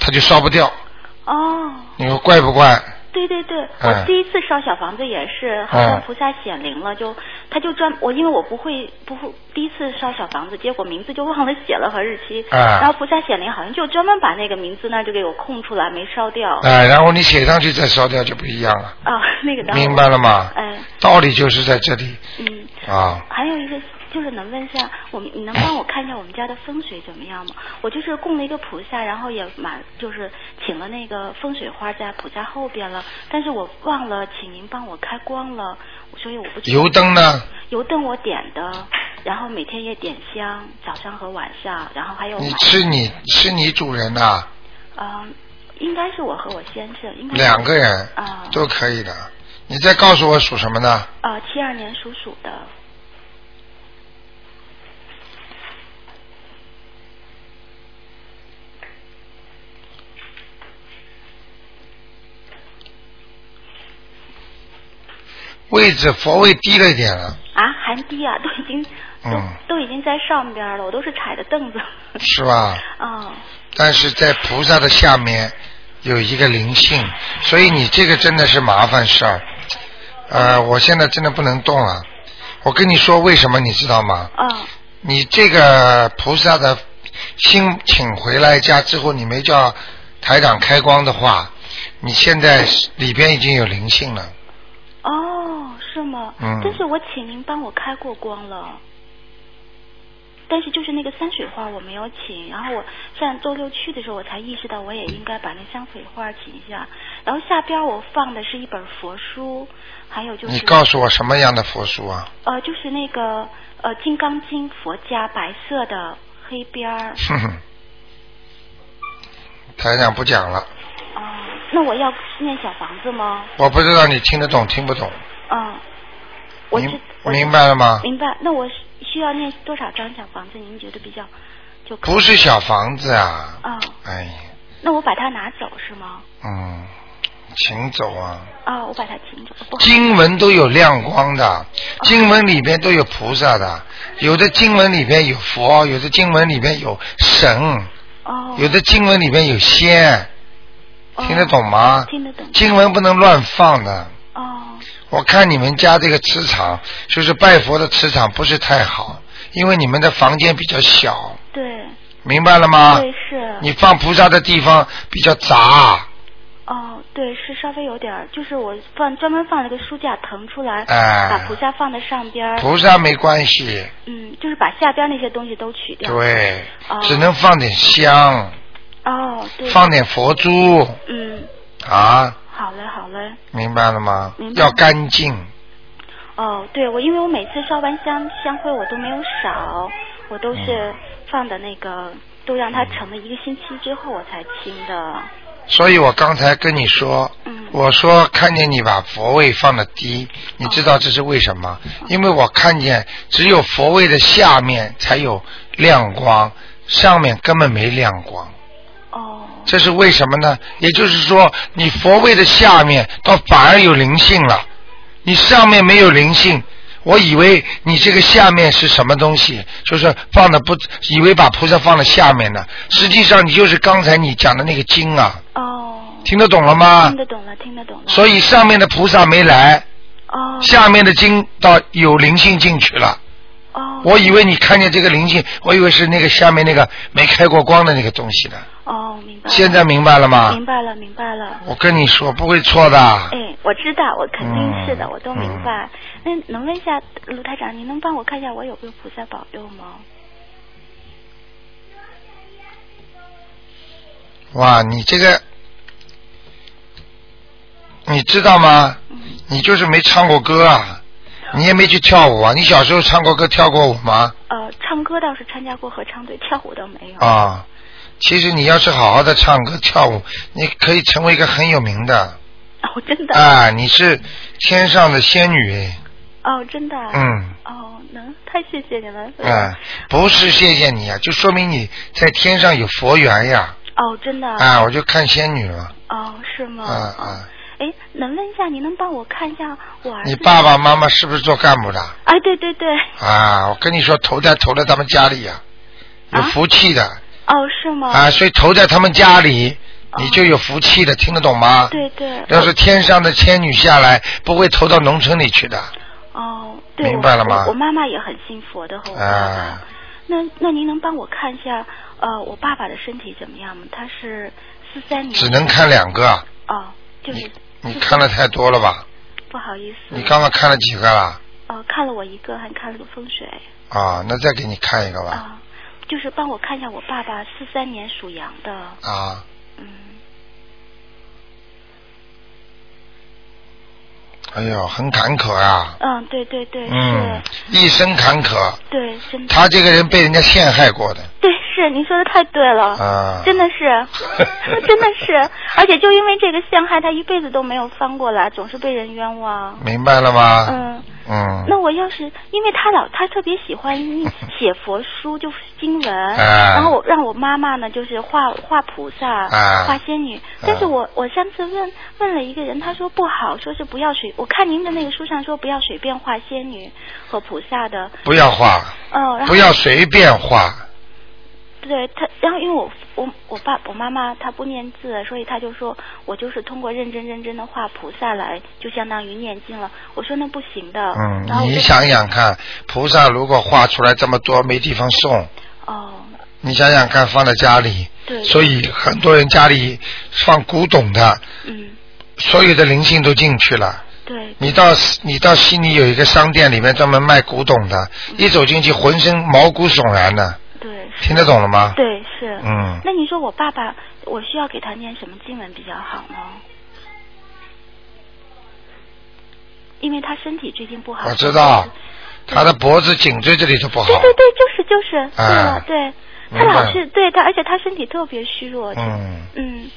A: 他就烧不掉。
G: 哦，
A: 你说怪不怪？
G: 对对对，
A: 嗯
G: 我第一次烧小房子也是，好像菩萨显灵了，就他就专我因为我不会不会第一次烧小房子，结果名字就忘了写了和日期，
A: 嗯
G: 然后菩萨显灵好像就专门把那个名字那儿就给我空出来，没烧掉。
A: 哎、然后你写上去再烧掉就不一样了，
G: 啊， 那个当
A: 明白了吗？
G: 哎，
A: 道理就是在这里
G: 嗯，
A: 啊。
G: 还有一个就是能问一下，我们你能帮我看一下我们家的风水怎么样吗？我就是供了一个菩萨，然后也买就是请了那个风水花在菩萨后边了，但是我忘了请您帮我开光了，所以我不知道
A: 油灯呢？
G: 油灯我点的，然后每天也点香，早上和晚上，然后还有
A: 你
G: 晚
A: 吃你吃你主人呐、
G: 嗯、应该是我和我先生，应该是
A: 两个人
G: 啊
A: 都可以的。你再告诉我属什么呢？
G: 啊，七二年属鼠的，
A: 位置佛位低了一点了，
G: 啊，还低啊，都已经都、
A: 嗯
G: 都已经在上边了，我都是踩着凳子。
A: 是吧？
G: 啊，
A: 但是在菩萨的下面有一个灵性，所以你这个真的是麻烦事儿。呃，我现在真的不能动了。我跟你说为什么，你知道吗？
G: 啊，
A: 你这个菩萨的心请回来家之后，你没叫台长开光的话，你现在里边已经有灵性了。
G: 哦，是吗？
A: 嗯
G: 但是我请您帮我开过光了。但是就是那个山水画我没有请，然后我上周六去的时候我才意识到我也应该把那山水画请一下。然后下边我放的是一本佛书，还有就是
A: 你告诉我什么样的佛书啊？
G: 呃就是那个呃《金刚经》佛家白色的黑边儿
A: 哼哼，台长不讲了，
G: 啊、那我要念小房子吗？
A: 我不知道你听得懂听不懂，
G: 嗯，我知
A: 明
G: 我知
A: 明白了吗？
G: 明白。那我需需要念多少张小房子？您觉得比较就可以
A: 不是小房子啊，
G: 啊、
A: 哎呀，
G: 那我把它拿走是吗？
A: 嗯，请走啊。
G: 啊、我把它请走，不好意思
A: 经文都有亮光的，经文里边都有菩萨的，有的经文里边有佛，有的经文里边有神，
G: 哦，
A: 有的经文里边有仙，
G: 哦
A: 听得懂吗？
G: 听得懂
A: 经文不能乱放的。
G: 哦
A: 我看你们家这个磁场，就是拜佛的磁场不是太好，因为你们的房间比较小，
G: 对
A: 明白了吗？
G: 对是
A: 你放菩萨的地方比较杂，
G: 哦对是稍微有点儿，就是我放专门放了个书架腾出来，
A: 哎
G: 把菩萨放在上边儿，
A: 菩萨没关系，
G: 嗯，就是把下边儿那些东西都取掉。
A: 对，
G: 哦
A: 只能放点香，
G: 哦对，
A: 放点佛珠
G: 嗯，
A: 啊，
G: 好嘞好嘞。
A: 明白了吗？
G: 明白
A: 要干净，
G: 哦，对，我因为我每次烧完香香灰我都没有少，我
A: 嗯
G: 都是放的那个，都让它成了一个星期之后我才清的。
A: 所以我刚才跟你说，
G: 嗯
A: 我说看见你把佛位放的低，你知道这是为什么？
G: 哦
A: 因为我看见只有佛位的下面才有亮光，上面根本没亮光。
G: 哦
A: 这是为什么呢？也就是说，你佛位的下面倒反而有灵性了，你上面没有灵性。我以为你这个下面是什么东西，就是放的不，以为把菩萨放在下面呢，实际上你就是刚才你讲的那个经啊，
G: 哦，
A: 听得懂了吗
G: 听？得懂了，听得懂了。
A: 啊所以上面的菩萨没来，
G: 哦
A: 下面的经到有灵性进去了，
G: 哦
A: 我以为你看见这个灵性，我以为是那个下面那个没开过光的那个东西呢。
G: 哦，明白了。
A: 现在明白了吗？
G: 明白了，明白了。
A: 我跟你说不会错的。
G: 哎，我知道，我肯定是的，
A: 嗯
G: 我都明白。那能问一下卢台长，您能帮我看一下我有没有菩萨保佑吗？
A: 哇，你这个，你知道吗？你就是没唱过歌啊，你也没去跳舞啊。你小时候唱过歌、跳过舞吗？
G: 呃，唱歌倒是参加过合唱队，跳舞倒没有。
A: 啊，其实你要是好好的唱歌跳舞，你可以成为一个很有名的。
G: 哦，真的。
A: 啊，你是天上的仙女，
G: 哦，真的啊。
A: 嗯。
G: 哦，能，太谢谢你了。
A: 啊，不是谢谢你啊，就说明你在天上有佛缘呀。
G: 哦，真的。
A: 啊，我就看仙女了。
G: 哦，是吗？
A: 啊啊，
G: 哎，能问一下，您能帮我看一下我儿子？
A: 你爸爸？妈妈是不是做干部的？
G: 哎，对对对。
A: 啊，我跟你说，投胎投在他们家里呀、有福气的
G: 啊哦，是吗？
A: 啊所以投在他们家里，你就有福气的，听得懂吗？
G: 对对。
A: 要是天上的仙女下来，不会投到农村里去的
G: 哦，对，
A: 明白了吗
G: 我我妈妈也很信佛的，和我爸爸。
A: 啊。
G: 那那您能帮我看一下，呃，我爸爸的身体怎么样吗？他是四三年。
A: 只能看两个，
G: 哦，就是
A: 你看了太多了吧？
G: 不好意思。
A: 你刚刚看了几个了？
G: 呃，看了我一个，还看了个风水，啊
A: 啊，那再给你看一个吧。
G: 就是帮我看一下我爸爸四三年属羊的，
A: 啊，
G: 嗯，
A: 哎呦，很坎坷啊，
G: 嗯，对对对，
A: 嗯，一生坎坷。
G: 是，对，真的。
A: 他这个人被人家陷害过的
G: 对，是您说的太对了，
A: 啊，
G: 哦 真的是，真的是，而且就因为这个陷害，他一辈子都没有翻过来，总是被人冤枉。
A: 明白了吗？
G: 嗯，
A: 啊嗯，
G: 那我要是因为他老他特别喜 欢写佛书，就是经文，
A: 啊
G: 然后我让我妈妈呢就是画画菩萨、
A: 啊
G: 画仙女，但是我我上次问问了一个人，他说不好，说是不要随，我看您的那个书上说不要随便画仙女和菩萨的，
A: 不要画，
G: 嗯、然后
A: 不要随便画。
G: 对他，然后因为我我我爸我妈妈她不念字，所以她就说我就是通过认真认真的画菩萨来，就相当于念经了。我说那不行的，
A: 嗯
G: 啊然后，我
A: 你
G: 就
A: 想想看，菩萨如果画出来这么多，没地方送，
G: 哦，
A: 你想想看，放在家里，
G: 对，
A: 所以很多人家里放古董的，
G: 嗯，
A: 所有的灵性都进去了。
G: 对，
A: 你到你到悉尼有一个商店，里面专门卖古董的，
G: 嗯
A: 一走进去浑身毛骨悚然的，
G: 对
A: 听得懂了吗？
G: 对是。
A: 啊嗯，
G: 那你说我爸爸，我需要给他念什么经文比较好呢？因为他身体最近不好。
A: 我知道，他的脖子、颈椎这里都不好
G: 对。对对，就是就是，对
A: 啊
G: 了，对，他
A: 明白
G: 老是对他，而且他身体特别虚弱。
A: 嗯，
G: 嗯，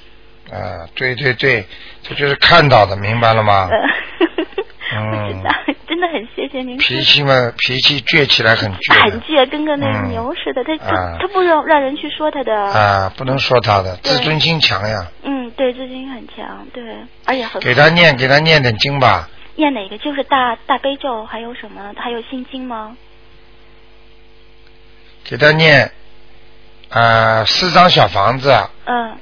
A: 啊，对对对，这就是看到的，明白了吗？
G: 呃， 我知
A: 嗯
G: 道，，真的很谢谢您。
A: 脾气嘛，脾气倔起来很倔
G: 很
A: 的。
G: 倔，跟个那
A: 嗯
G: 牛似的，他
A: 啊
G: 他他不让让人去说他的，
A: 啊，不能说他的，
G: 对
A: 自尊心强呀。
G: 嗯，对，自尊心很强，对，而且很
A: 给他念，给他念点经吧。
G: 念哪个？就是大大悲咒，还有什么？还有心经吗？
A: 给他念，啊，四张小房子，啊
G: 嗯，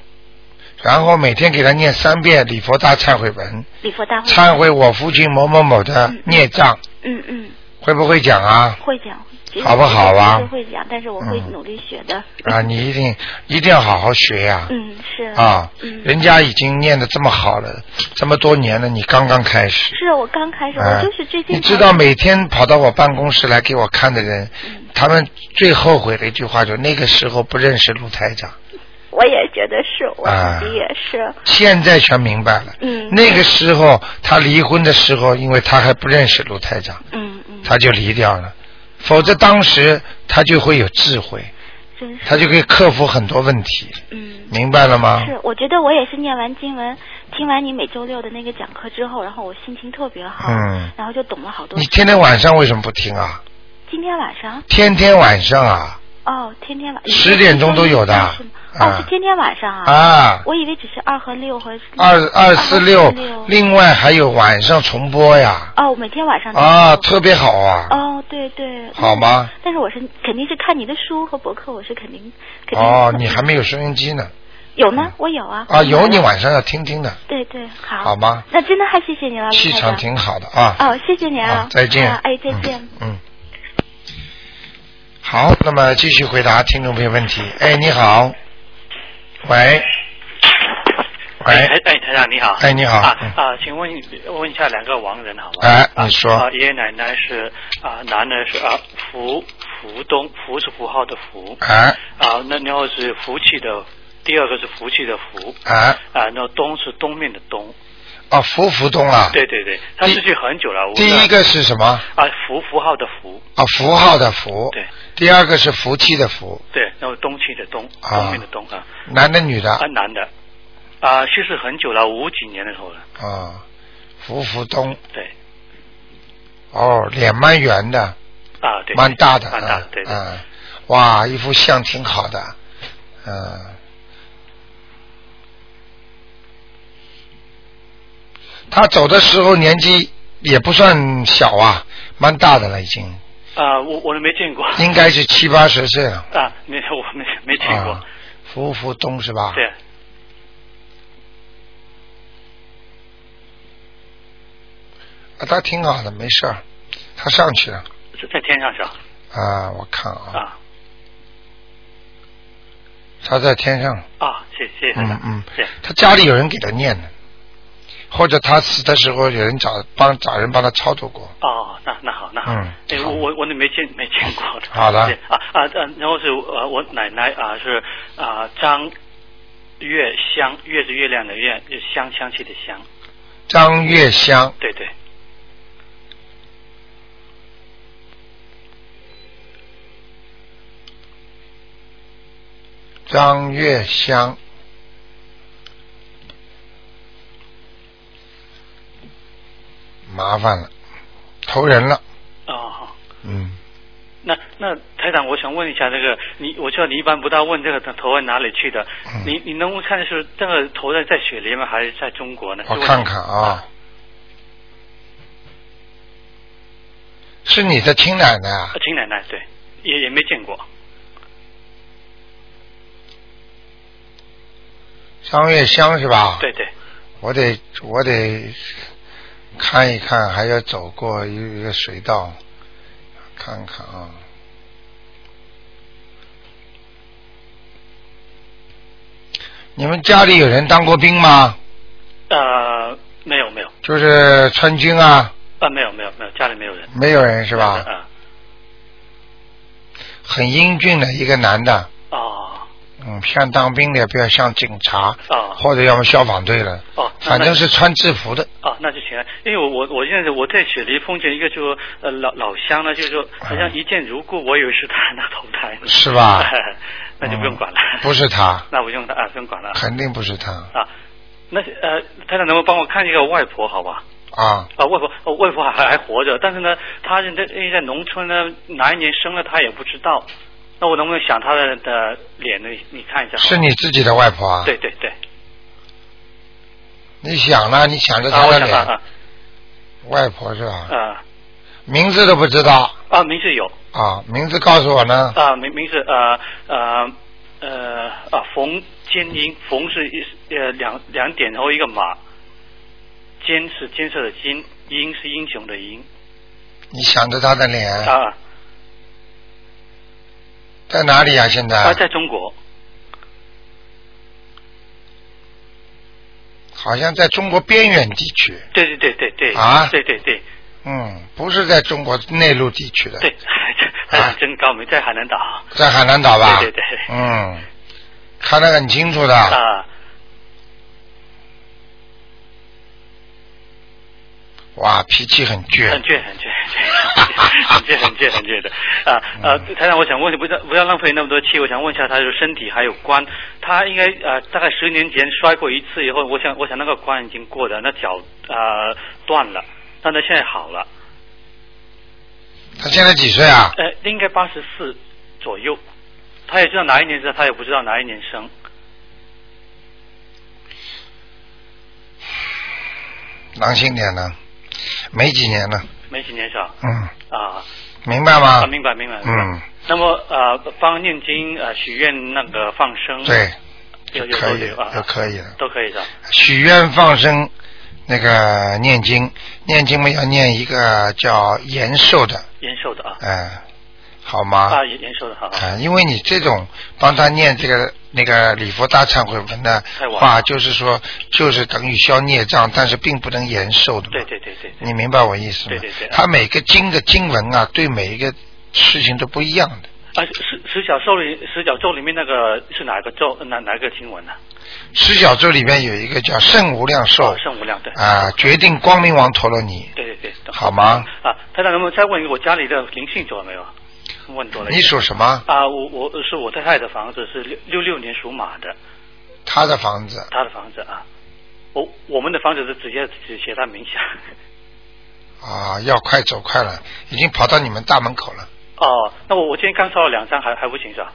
A: 然后每天给他念三遍礼佛大忏悔文，
G: 礼佛大会。
A: 忏悔我父亲某某某的孽障，
G: 嗯嗯，
A: 会不会讲啊？
G: 会讲。其实
A: 好不好啊
G: 我不会讲，但是我会
A: 嗯
G: 努力学的。
A: 啊，你一定一定要好好学呀、
G: 嗯，是。
A: 啊！
G: 嗯
A: 人家已经念的这么好了，这么多年了，你刚刚开始。
G: 是我刚开始，
A: 啊
G: 我就是最近
A: 你
G: 才。
A: 知道每天跑到我办公室来给我看的人，
G: 嗯
A: 他们最后悔的一句话就是那个时候不认识陆台长，
G: 我也觉得是，我
A: 啊
G: 自己也是。
A: 现在全明白了。
G: 嗯
A: 那个时候他离婚的时候，因为他还不认识陆台长，
G: 嗯嗯，
A: 他就离掉了，否则当时他就会有智慧，
G: 真是。
A: 他就可以克服很多问题，
G: 嗯。
A: 明白了吗？
G: 是，我觉得我也是念完经文，听完你每周六的那个讲课之后，然后我心情特别好，
A: 嗯
G: 然后就懂了好多
A: 你。天天晚上为什么不听啊？
G: 今天晚上
A: 天天晚上啊
G: 哦，天天晚
A: 10点钟都有的
G: 是吗哦，
A: 啊
G: 是天天晚上啊。
A: 啊，
G: 我以为只是二和六和
A: 二二四六
G: 六，
A: 另外还有晚上重播呀，
G: 哦，每天晚上都
A: 啊，
G: 有
A: 特别好啊，
G: 哦，对对。
A: 好吗？
G: 但是我是肯定是看你的书和博客，我是肯定肯定
A: 哦，你还没有收音机呢，
G: 有呢，我有啊。
A: 啊，有你晚上要听听的，
G: 对对，好。
A: 好吗？
G: 那真的还谢谢你了，卢
A: 气
G: 台
A: 场
G: 长
A: 挺好的啊。
G: 哦，谢谢你啊
A: 好，再见
G: 啊哎，再见。
A: 嗯。嗯好，那么继续回答听众朋友问题。哎，你好，喂，
H: 哎
A: 喂，
H: 台哎，台长你好。
A: 哎你好
H: 啊
A: 嗯
H: 啊，请问问一下两个亡人好吗？
A: 哎
H: 啊
A: 你说
H: 啊，爷爷奶奶是啊，男的是啊，福福东，福是符号的福。
A: 哎
H: 啊，那然后是福气的，第二个是福气的福。
A: 哎，
H: 啊，那东是东面的东。
A: 哦，福福东啊，
H: 对对对，他失去很久了。我
A: 第一个是什么？
H: 啊，福符号的福。
A: 啊，符号的符，
H: 对
A: 第二个是福气的福，
H: 对，然后东气的东，
A: 啊
H: 东面的东啊，
A: 男的女的
H: 啊男的，啊去世很久了，五几年的时候了。
A: 啊，福福东，
H: 对
A: 哦，脸蛮圆的，
H: 啊对。
A: 蛮大的，
H: 蛮大
A: 嗯
H: 对对。
A: 嗯，哇，一副相挺好的，嗯，他走的时候年纪也不算小啊，蛮大的了已经，
H: 啊，我我都没见过。
A: 应该是七八十岁了。
H: 啊，没我没没见过，
A: 啊，福福东是吧？
H: 对，
A: 啊，他挺好的，没事儿，他上去了
H: 是在天上是吧？
A: 啊，我看啊，
H: 啊
A: 他在天上，
H: 啊，谢谢谢台
A: 嗯
H: 长，
A: 嗯
H: 谢，
A: 他家里有人给他念的，或者他死的时候有人找帮找人帮他操作过，
H: 哦，那那好那好，
A: 嗯
H: 哎
A: 好
H: 我我我都没见没见过的，
A: 好的
H: 谢谢啊啊啊，然后是呃我奶奶啊是啊张月香，月是月亮的月，就香香气的香，
A: 张月香，
H: 对对，
A: 张月香。麻烦了，投人了，
H: 哦。好
A: 嗯，
H: 那那台长，我想问一下，这个你，我知道你一般不大问这个投在哪里去的，
A: 嗯
H: 你你能不能看是这个投在在雪梨吗，还是在中国呢？
A: 我看看啊，
H: 嗯
A: 是你的亲奶奶啊
H: 啊，，亲奶奶对，也也没见过。
A: 张月香是吧？
H: 对对，
A: 我得我得看一看，还要走过一个隧道，看看啊。你们家里有人当过兵吗？
H: 呃，没有没有，
A: 就是川军啊，
H: 啊没有没有没有，家里没有人。
A: 没有人是 吧？
H: 啊、
A: 很英俊的一个男的，
H: 哦
A: 嗯，像当兵的，不要像警察
H: 哦
A: 或者要么消防队了，
H: 哦，那
A: 反正
H: 那
A: 是穿制服的。
H: 啊，那就行了，因为我我我现在我在雪梨碰见一个就呃老老乡呢，就是说好像一见如故，我以为是他那投胎呢。
A: 嗯是吧
H: 那就不用管了。
A: 嗯不是他，
H: 那不用的啊，不用管了
A: 肯定不是他
H: 啊。那呃，太太能不能帮我看一个外婆好吧？
A: 啊！
H: 啊，外婆，呃外婆还还还活着，但是呢，她人在因为在农村呢，哪一年生了她也不知道。那我能不能想她的的脸呢？你看一下好吧。
A: 是你自己的外婆啊？
H: 对对对。
A: 你想了，你想着
H: 啊，
A: 他
H: 我
A: 的
H: 想
A: 脸，
H: 看啊
A: 外婆是吧？
H: 啊
A: 名字都不知道
H: 啊，名字有
A: 啊，名字告诉我呢。
H: 啊，名名字呃呃呃啊，冯坚英，冯是一呃两两点头一个马，坚是坚色的坚，英是英雄的英
A: 你想着他的脸
H: 啊
A: 在哪里啊？现
H: 啊，
A: 在
H: 在中国
A: 好像在中国边远地区，
H: 对对对对对
A: 啊
H: 对对对
A: 嗯，不是在中国内陆地区的，
H: 对， 哎，真高明，在海南岛
A: 在海南岛啊吧？
H: 对对对
A: 嗯，看得很清楚的。
H: 啊
A: 哇，脾气很倔。
H: 很倔，很倔，很倔，很倔，很倔很倔的。啊呃，
A: 嗯
H: 台长，我想问，不要不要浪费那么多气，我想问一下，他就是身体还有关，他应该呃大概十年前摔过一次以后，我想我想那个关已经过的，那脚呃断了，但他现在好了，
A: 他现在几岁啊？
H: 呃应该八十四左右，他也知道哪一年生，他也不知道哪一年生，
A: 狼性点呢？没几年了。
H: 没几年是吧？
A: 嗯，
H: 啊
A: 明白吗？
H: 啊，明白明白。明白
A: 嗯，
H: 那么呃，帮念经呃许愿那个放生，
A: 对，
H: 嗯有有
A: 可以
H: 有啊，
A: 就可以了。
H: 都可以的。
A: 许愿放生，那个念经，念经嘛要念一个叫延寿的，
H: 延寿的啊，
A: 哎、好吗？
H: 啊，严严说的好。
A: 啊，因为你这种帮他念这个那个礼佛大忏悔文的
H: 太晚了
A: 话，就是说就是等于消孽障，但是并不能延寿的嘛。
H: 对对对对，
A: 你明白我意思吗？
H: 对对对
A: 他每个经的经文啊，对每一个事情都不一样的。
H: 啊，十十角咒里十角咒里面那个是哪个咒哪哪个经文啊呢？
A: 十小咒里面有一个叫圣无量寿
H: 啊圣无量对。
A: 哦啊，决定光明王陀罗尼，
H: 对对对。
A: 好吗？
H: 啊，台长，能不能再问一个我家里的灵性走了没有？问多了一个。
A: 你属什么？
H: 啊，我我是我太太的房子是六六六年属马的，
A: 他的房子
H: 她的房子啊，我我们的房子是直接只写她名下。
A: 啊，要快走快了，已经跑到你们大门口了，
H: 哦，那我我今天刚烧了两张，还还不行是吧？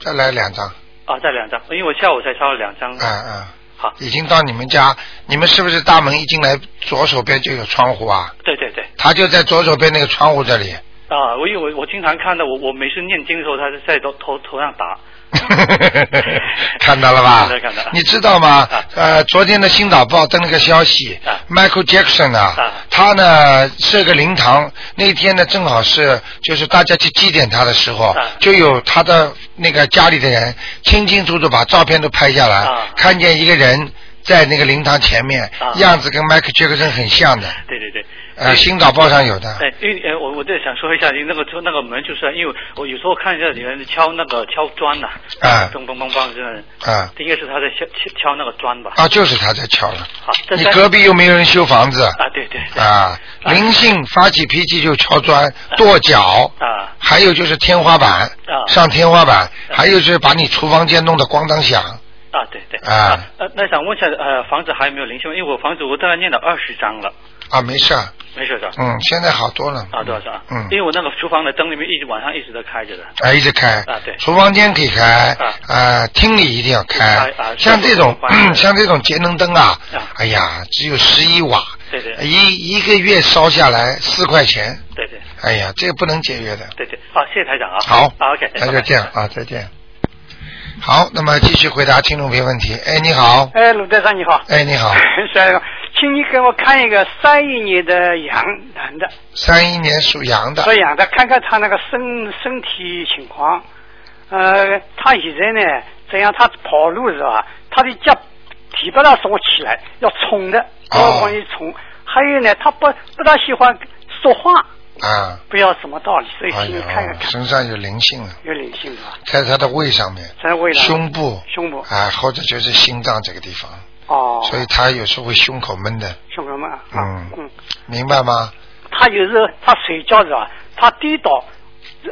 A: 再来两张，
H: 啊，再两张，因为我下午才烧了两张。
A: 啊啊，
H: 好，
A: 已经到你们家，你们是不是大门一进来左手边就有窗户啊？
H: 对对对，
A: 他就在左手边那个窗户这里，
H: 啊，我因为我我经常看到我我每次念经的时候，他是在头头头上打。
A: 看到了吧
H: 看到看到？
A: 你知道吗
H: 啊？
A: 呃，昨天的《星岛报》登了个消息
H: 啊
A: ，Michael Jackson 啊
H: 啊，
A: 他呢设个灵堂，那天呢正好是就是大家去祭奠他的时候
H: 啊，
A: 就有他的那个家里的人清清楚楚把照片都拍下来
H: 啊，
A: 看见一个人在那个灵堂前面
H: 啊，
A: 样子跟 Michael Jackson 很像的，
H: 对对对。
A: 呃，《星岛报》上有的。
H: 哎，因为呃，我我在想说一下，那个那个门就是，因为我有时候看一下里面敲那个敲砖呐、
A: 啊
H: 咚咚咚咚，真的，
A: 啊
H: 应该是他在敲敲敲那个砖吧？
A: 啊，就是他在敲了。
H: 好，这
A: 你
H: 三
A: 隔壁又没有人修房子。
H: 啊，对对对
A: 啊，灵性发起脾气就敲砖、跺脚，
H: 啊
A: 还有就是天花板
H: 啊，
A: 上天花板，还有就是把你厨房间弄得咣当响。
H: 啊，对对
A: 啊
H: 呃，那想问一下，呃，房子还有没有灵性？因为我房子我大概念了二十张了，
A: 啊，没事儿，
H: 没事的。
A: 嗯，现在好多了。
H: 啊，多少张？
A: 嗯
H: 因为我那个厨房的灯里面一直晚上一直都开着的。
A: 啊，一直开。
H: 啊对
A: 厨房间可以开
H: 啊，
A: 啊，厅里一定要
H: 啊
A: 开
H: 啊。
A: 像这种嗯
H: 这种
A: 像这种节能灯啊
H: 啊，
A: 哎呀，只有十一瓦，
H: 对对
A: 哎一一个月烧下来四块钱，
H: 对对
A: 哎呀，这个不能节约的。
H: 对对，好，谢谢台长啊。
A: 好，
H: 啊，OK，
A: 那就这样啊，再见。好，那么继续回答听众朋友问题。哎，你好，
I: 哎，鲁队长你好。
A: 哎，你好，
I: 先生，请你给我看一个三一年的羊男的，
A: 三一年属羊的
I: 说，养的，看看他那个身身体情况。呃，他现在呢，这样他跑路是吧？他的脚提不大缩起来，要冲的，
A: 哦
I: 要往里冲。还有呢，他不不大喜欢说话，
A: 啊，
I: 不知道什么道理，所以
A: 哎
I: 请你
A: 呦
I: 看一，看，
A: 身上有灵性了，
I: 有灵性是吧？
A: 在他的胃上面、
I: 在胃上、
A: 胸部
I: 胸部
A: 啊，或者就是心脏这个地方，
I: 哦，
A: 所以他有时候会胸口闷的，
I: 胸口嘛，啊
A: 嗯
I: 嗯，
A: 明白吗？
I: 他有时候他睡觉是吧？他跌倒，这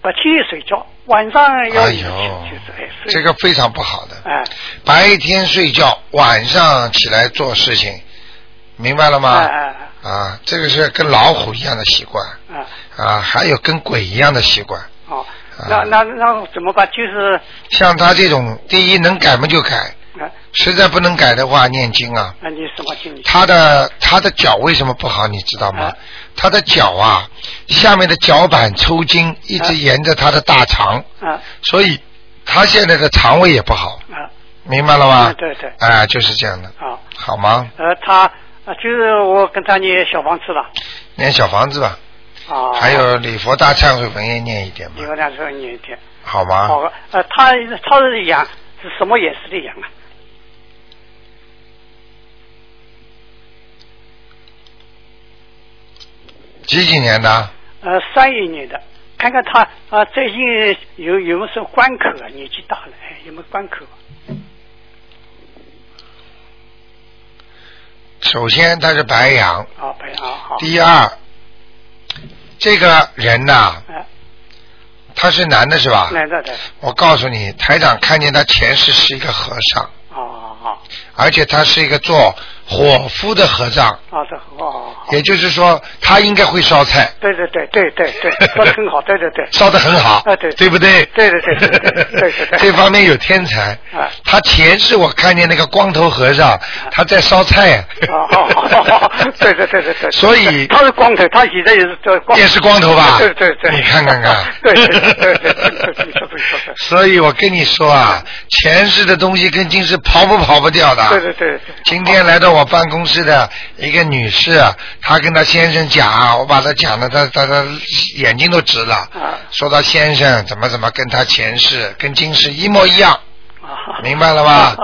I: 白天也睡觉，晚上要
A: 哎
I: 有
A: 呦
I: 就是哎，睡
A: 这个啊非常不好的，
I: 哎
A: 白天睡觉，晚上起来做事情，明白了
I: 哎
A: 吗？
I: 哎
A: 啊，这个是跟老虎一样的习惯。
I: 哎哎
A: 啊，还有跟鬼一样的习惯。
I: 哦
A: 啊，
I: 那那那怎么办？就是
A: 像他这种，第一能改嘛就改，
I: 啊，
A: 实在不能改的话念经啊。
I: 那你什么经历？
A: 他的他的脚为什么不好，你知道吗
I: 啊？
A: 他的脚啊，下面的脚板抽筋，一
I: 啊
A: 直沿着他的大肠，
I: 啊
A: 所以他现在的肠胃也不好，
I: 啊
A: 明白了吗
I: 嗯？对对
A: 啊，就是这样的，
I: 啊，
A: 好吗？
I: 呃，他呃就是我跟他念小房子了
A: 念小房子吧，
I: 啊，
A: 还有礼佛大忏悔文也念一点吧
I: 一，个两个念一天，
A: 好吗？
I: 好吧？呃，他他是羊是什么颜色的羊啊？
A: 几几年的？
I: 呃，三一年的，看看他啊、呃最近有有没有什么关口啊？年纪大了，哎，有没有关口啊？
A: 首先他是白羊，
I: 啊，白啊，好，
A: 第二，这个人呐、
I: 哎，
A: 他是男的是吧？
I: 来的的，
A: 我告诉你，台长看见他前世是一个和尚，
I: 哦哦
A: 而且他是一个做伙夫的和尚，
I: 哦，啊，这很好好，好
A: 也就是说他应该会烧菜，
I: 对对对对对对，说的很好，对对对，
A: 烧得很好，
I: 啊对
A: 对不对？
I: 对对对对对对对 对
A: 这方面有天才
I: 啊。
A: 他前世我看见那个光头和尚，他在烧菜。
I: 哎哦哦，对对对对 对，
A: 所以
I: 他是光头，他现在也是这光，
A: 也是光头吧？
I: 对对对，。
A: 你看看看
I: 对对对对对对，你说对说对，
A: 所以我跟你说啊，前世的东西跟今世跑不跑不掉的。
I: 对对对对
A: 今天来到我办公室的一个女士，啊她跟她先生讲，我把她讲的，她她她眼睛都直了，
I: 啊
A: 说她先生怎么怎么跟她前世跟今世一模一样， 明白了吧？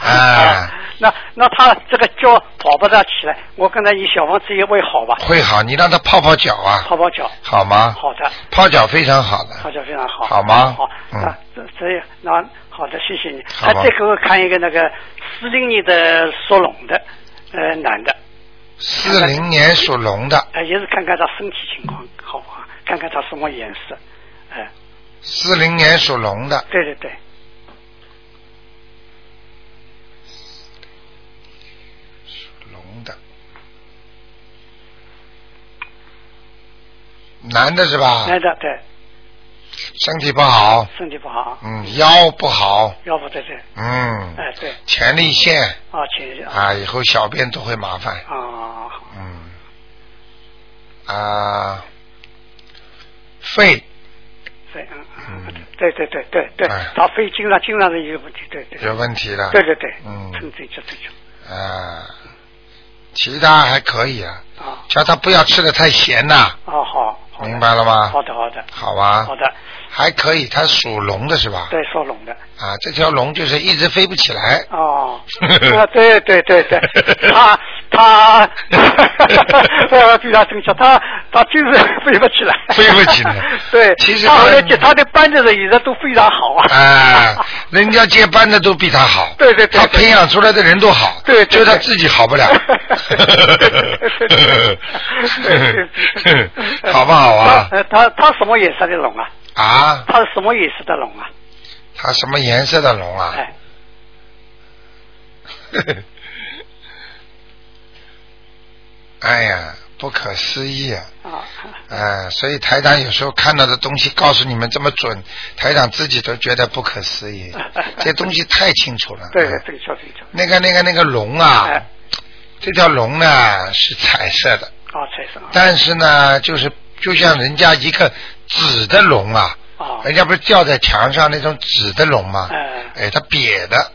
A: 哎，
I: 那那他这个脚跑不大起来，我跟他以小房子也会好吧？
A: 会好，你让她泡泡脚啊，
I: 泡泡脚，
A: 好吗？
I: 好的，
A: 泡脚非常好的，
I: 泡脚非常好，
A: 好吗？
I: 好，
A: 嗯，
I: 这这那好的，谢谢你。
A: 好吧
I: 还再给我看一个那个四零年的属龙的，呃，男的，
A: 四零年属龙的，
I: 呃，也是看看他身体情况好不好，看看他什么颜色，哎、
A: 四零年属龙的，
I: 对对对，
A: 啊龙的，男的是吧？
I: 男的对，
A: 身体不好，
I: 身体不好，
A: 嗯，腰不好，
I: 要不对对，
A: 嗯，
I: 哎、对，
A: 前列腺
I: 啊，请一下
A: 啊，以后小便都会麻烦，
I: 啊，
A: 嗯，啊，肺
I: 对，嗯，嗯对对对对对，他肺经常经常的有问题，对对，
A: 有问题了，
I: 对对对，
A: 嗯，
I: 趁这这这这，
A: 啊，其他还可以啊，
I: 啊
A: 叫他不要吃的太咸呐，
I: 啊好，
A: 明白了吗？
I: 好的好的，
A: 好吧，
I: 好的，
A: 还可以，他属龙的是吧？
I: 对，属龙的，
A: 啊，这条龙就是一直飞不起来。
I: 哦，啊对对对对，他他，呃，对他正确，他他就是飞不起来，
A: 飞不起来，
I: 对，
A: 其实
I: 他后
A: 他
I: 来接他的班的人演的都非常好啊，
A: 哎，人家接班的都比他好，
I: 对对对，
A: 他培养出来的人都好，
I: 对
A: 就
I: 对对
A: 他自己好 不了， 好不好啊？
I: 他呃他他什么颜色的龙啊？
A: 啊，
I: 他是什么颜色的龙啊？
A: 他什么颜色的龙啊？
I: 哎，
A: 哎呀，不可思议啊！
I: 啊，
A: 哎，所以台长有时候看到的东西告诉你们这么准，台长自己都觉得不可思议，这东西太清楚了。
I: 对，这个叫这个叫
A: 那个那个那个龙啊，
I: 哎
A: 这条龙呢是彩色的，
I: 啊，财神啊，
A: 但是呢，就是就像人家一个纸的龙啊，
I: 啊，
A: 人家不是吊在墙上那种纸的龙吗？
I: 哎，
A: 哎，它瘪的，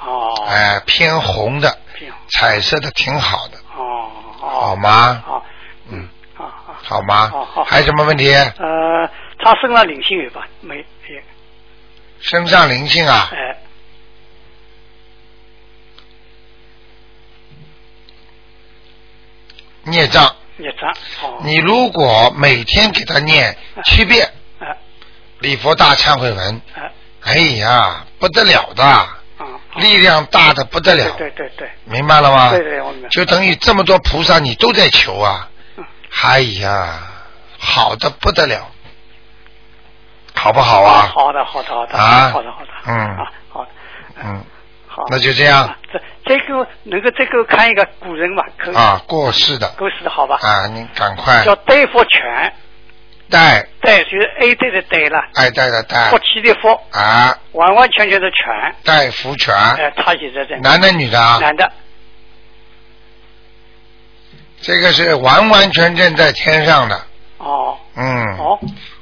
I: 哦，
A: 哎，偏红的，
I: 这样，
A: 彩色的挺好的，
I: 哦
A: 好
I: 哦，
A: 吗？
I: 好，
A: 嗯，
I: 啊啊，
A: 好吗
I: 好好？
A: 还有什么问题？
I: 呃，他身上灵性有吧？没，也，
A: 身上灵性啊，
I: 哎，
A: 孽障，
I: 也脏，哦，
A: 你如果每天给他念七遍
I: 哎
A: 礼佛大忏悔文，
I: 哎，
A: 哎呀，不得了的，
I: 啊，
A: 力量大的不得了。
I: 对对对
A: 明白了吗？
I: 对对，我明白，
A: 就等于这么多菩萨你都在求啊
I: 嗯，
A: 哎呀，好的不得了，好不好啊？
I: 好的好的好的，
A: 啊
I: 好的好的，
A: 嗯
I: 啊，好的，
A: 嗯，
I: 好，
A: 那就这样
I: 啊这这个能够这个看一个古人吧，可以，
A: 啊，过世的
I: 够是的好吧？
A: 啊，你赶快
I: 叫对佛拳，
A: 带
I: 对就是 A 对的对了，
A: 爱戴的戴
I: 佛气的佛，
A: 啊，
I: 完完全全的全，
A: 戴福全，
I: 哎，他也在这，
A: 男的女的啊？
I: 男的，
A: 这个是完完全全在天上的，
I: 哦，
A: 嗯，
I: 哦，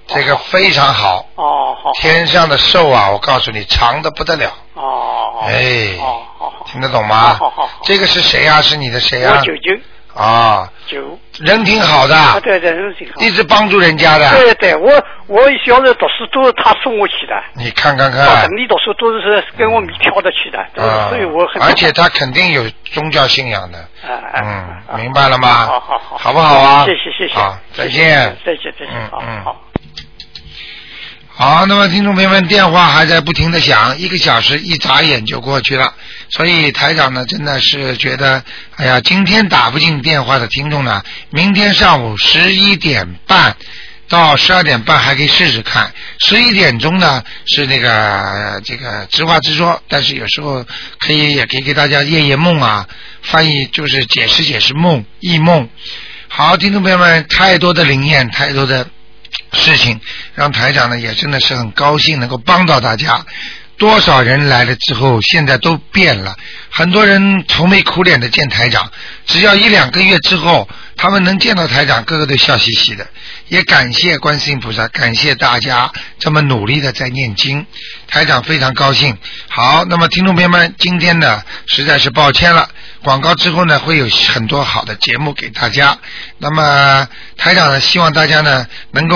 A: 这个非常好，
I: 哦，好，
A: 天上的寿啊，我告诉你长的不得了，
I: 哦，哦，
A: 哎
I: 哦，好好，
A: 听得懂吗
I: 好好好？
A: 这个是谁呀？是你的谁呀
I: 我？九九
A: 啊，
I: 九，
A: 人挺好
I: 啊，
A: 的，
I: 对对，都挺好。
A: 一直帮助人家的。
I: 对对，我我小时候读书都是他送我去的，
A: 你看看
I: 到
A: 看
I: 等，你读书都是跟我们挑着去的，都是
A: 哎啊
I: 所以我，很
A: 而且他肯定有宗教信仰的，
I: 啊啊，
A: 嗯，明白了吗？
I: 好好好，
A: 好不好啊？
I: 谢谢谢谢，
A: 好，再
I: 谢谢
A: 见。
I: 再见再见，
A: 嗯
I: 好
A: 嗯
I: 好。
A: 好，那么听众朋友们，电话还在不停的响，一个小时一眨眼就过去了，所以台长呢，真的是觉得，哎呀，今天打不进电话的听众呢，明天上午十一点半。到十二点半还可以试试看，十一点钟呢是那个呃这个直话直说，但是有时候可以也可以给大家夜夜梦啊，翻译就是解释解释梦异梦。好，听众朋友们，太多的灵验，太多的事情，让台长呢也真的是很高兴呃能够帮到大家。多少人来了之后，现在都变了，很多人愁眉苦脸的见台长，只要一两个月之后，他们能见到台长，个个都笑嘻嘻的。也感谢观世音菩萨，感谢大家这么努力的在念经，呃台长非常高兴。好，那么听众朋友们，今天呢实在是抱歉了，广告之后呢，会有很多好的节目给大家。那么台长呢，希望大家呢能够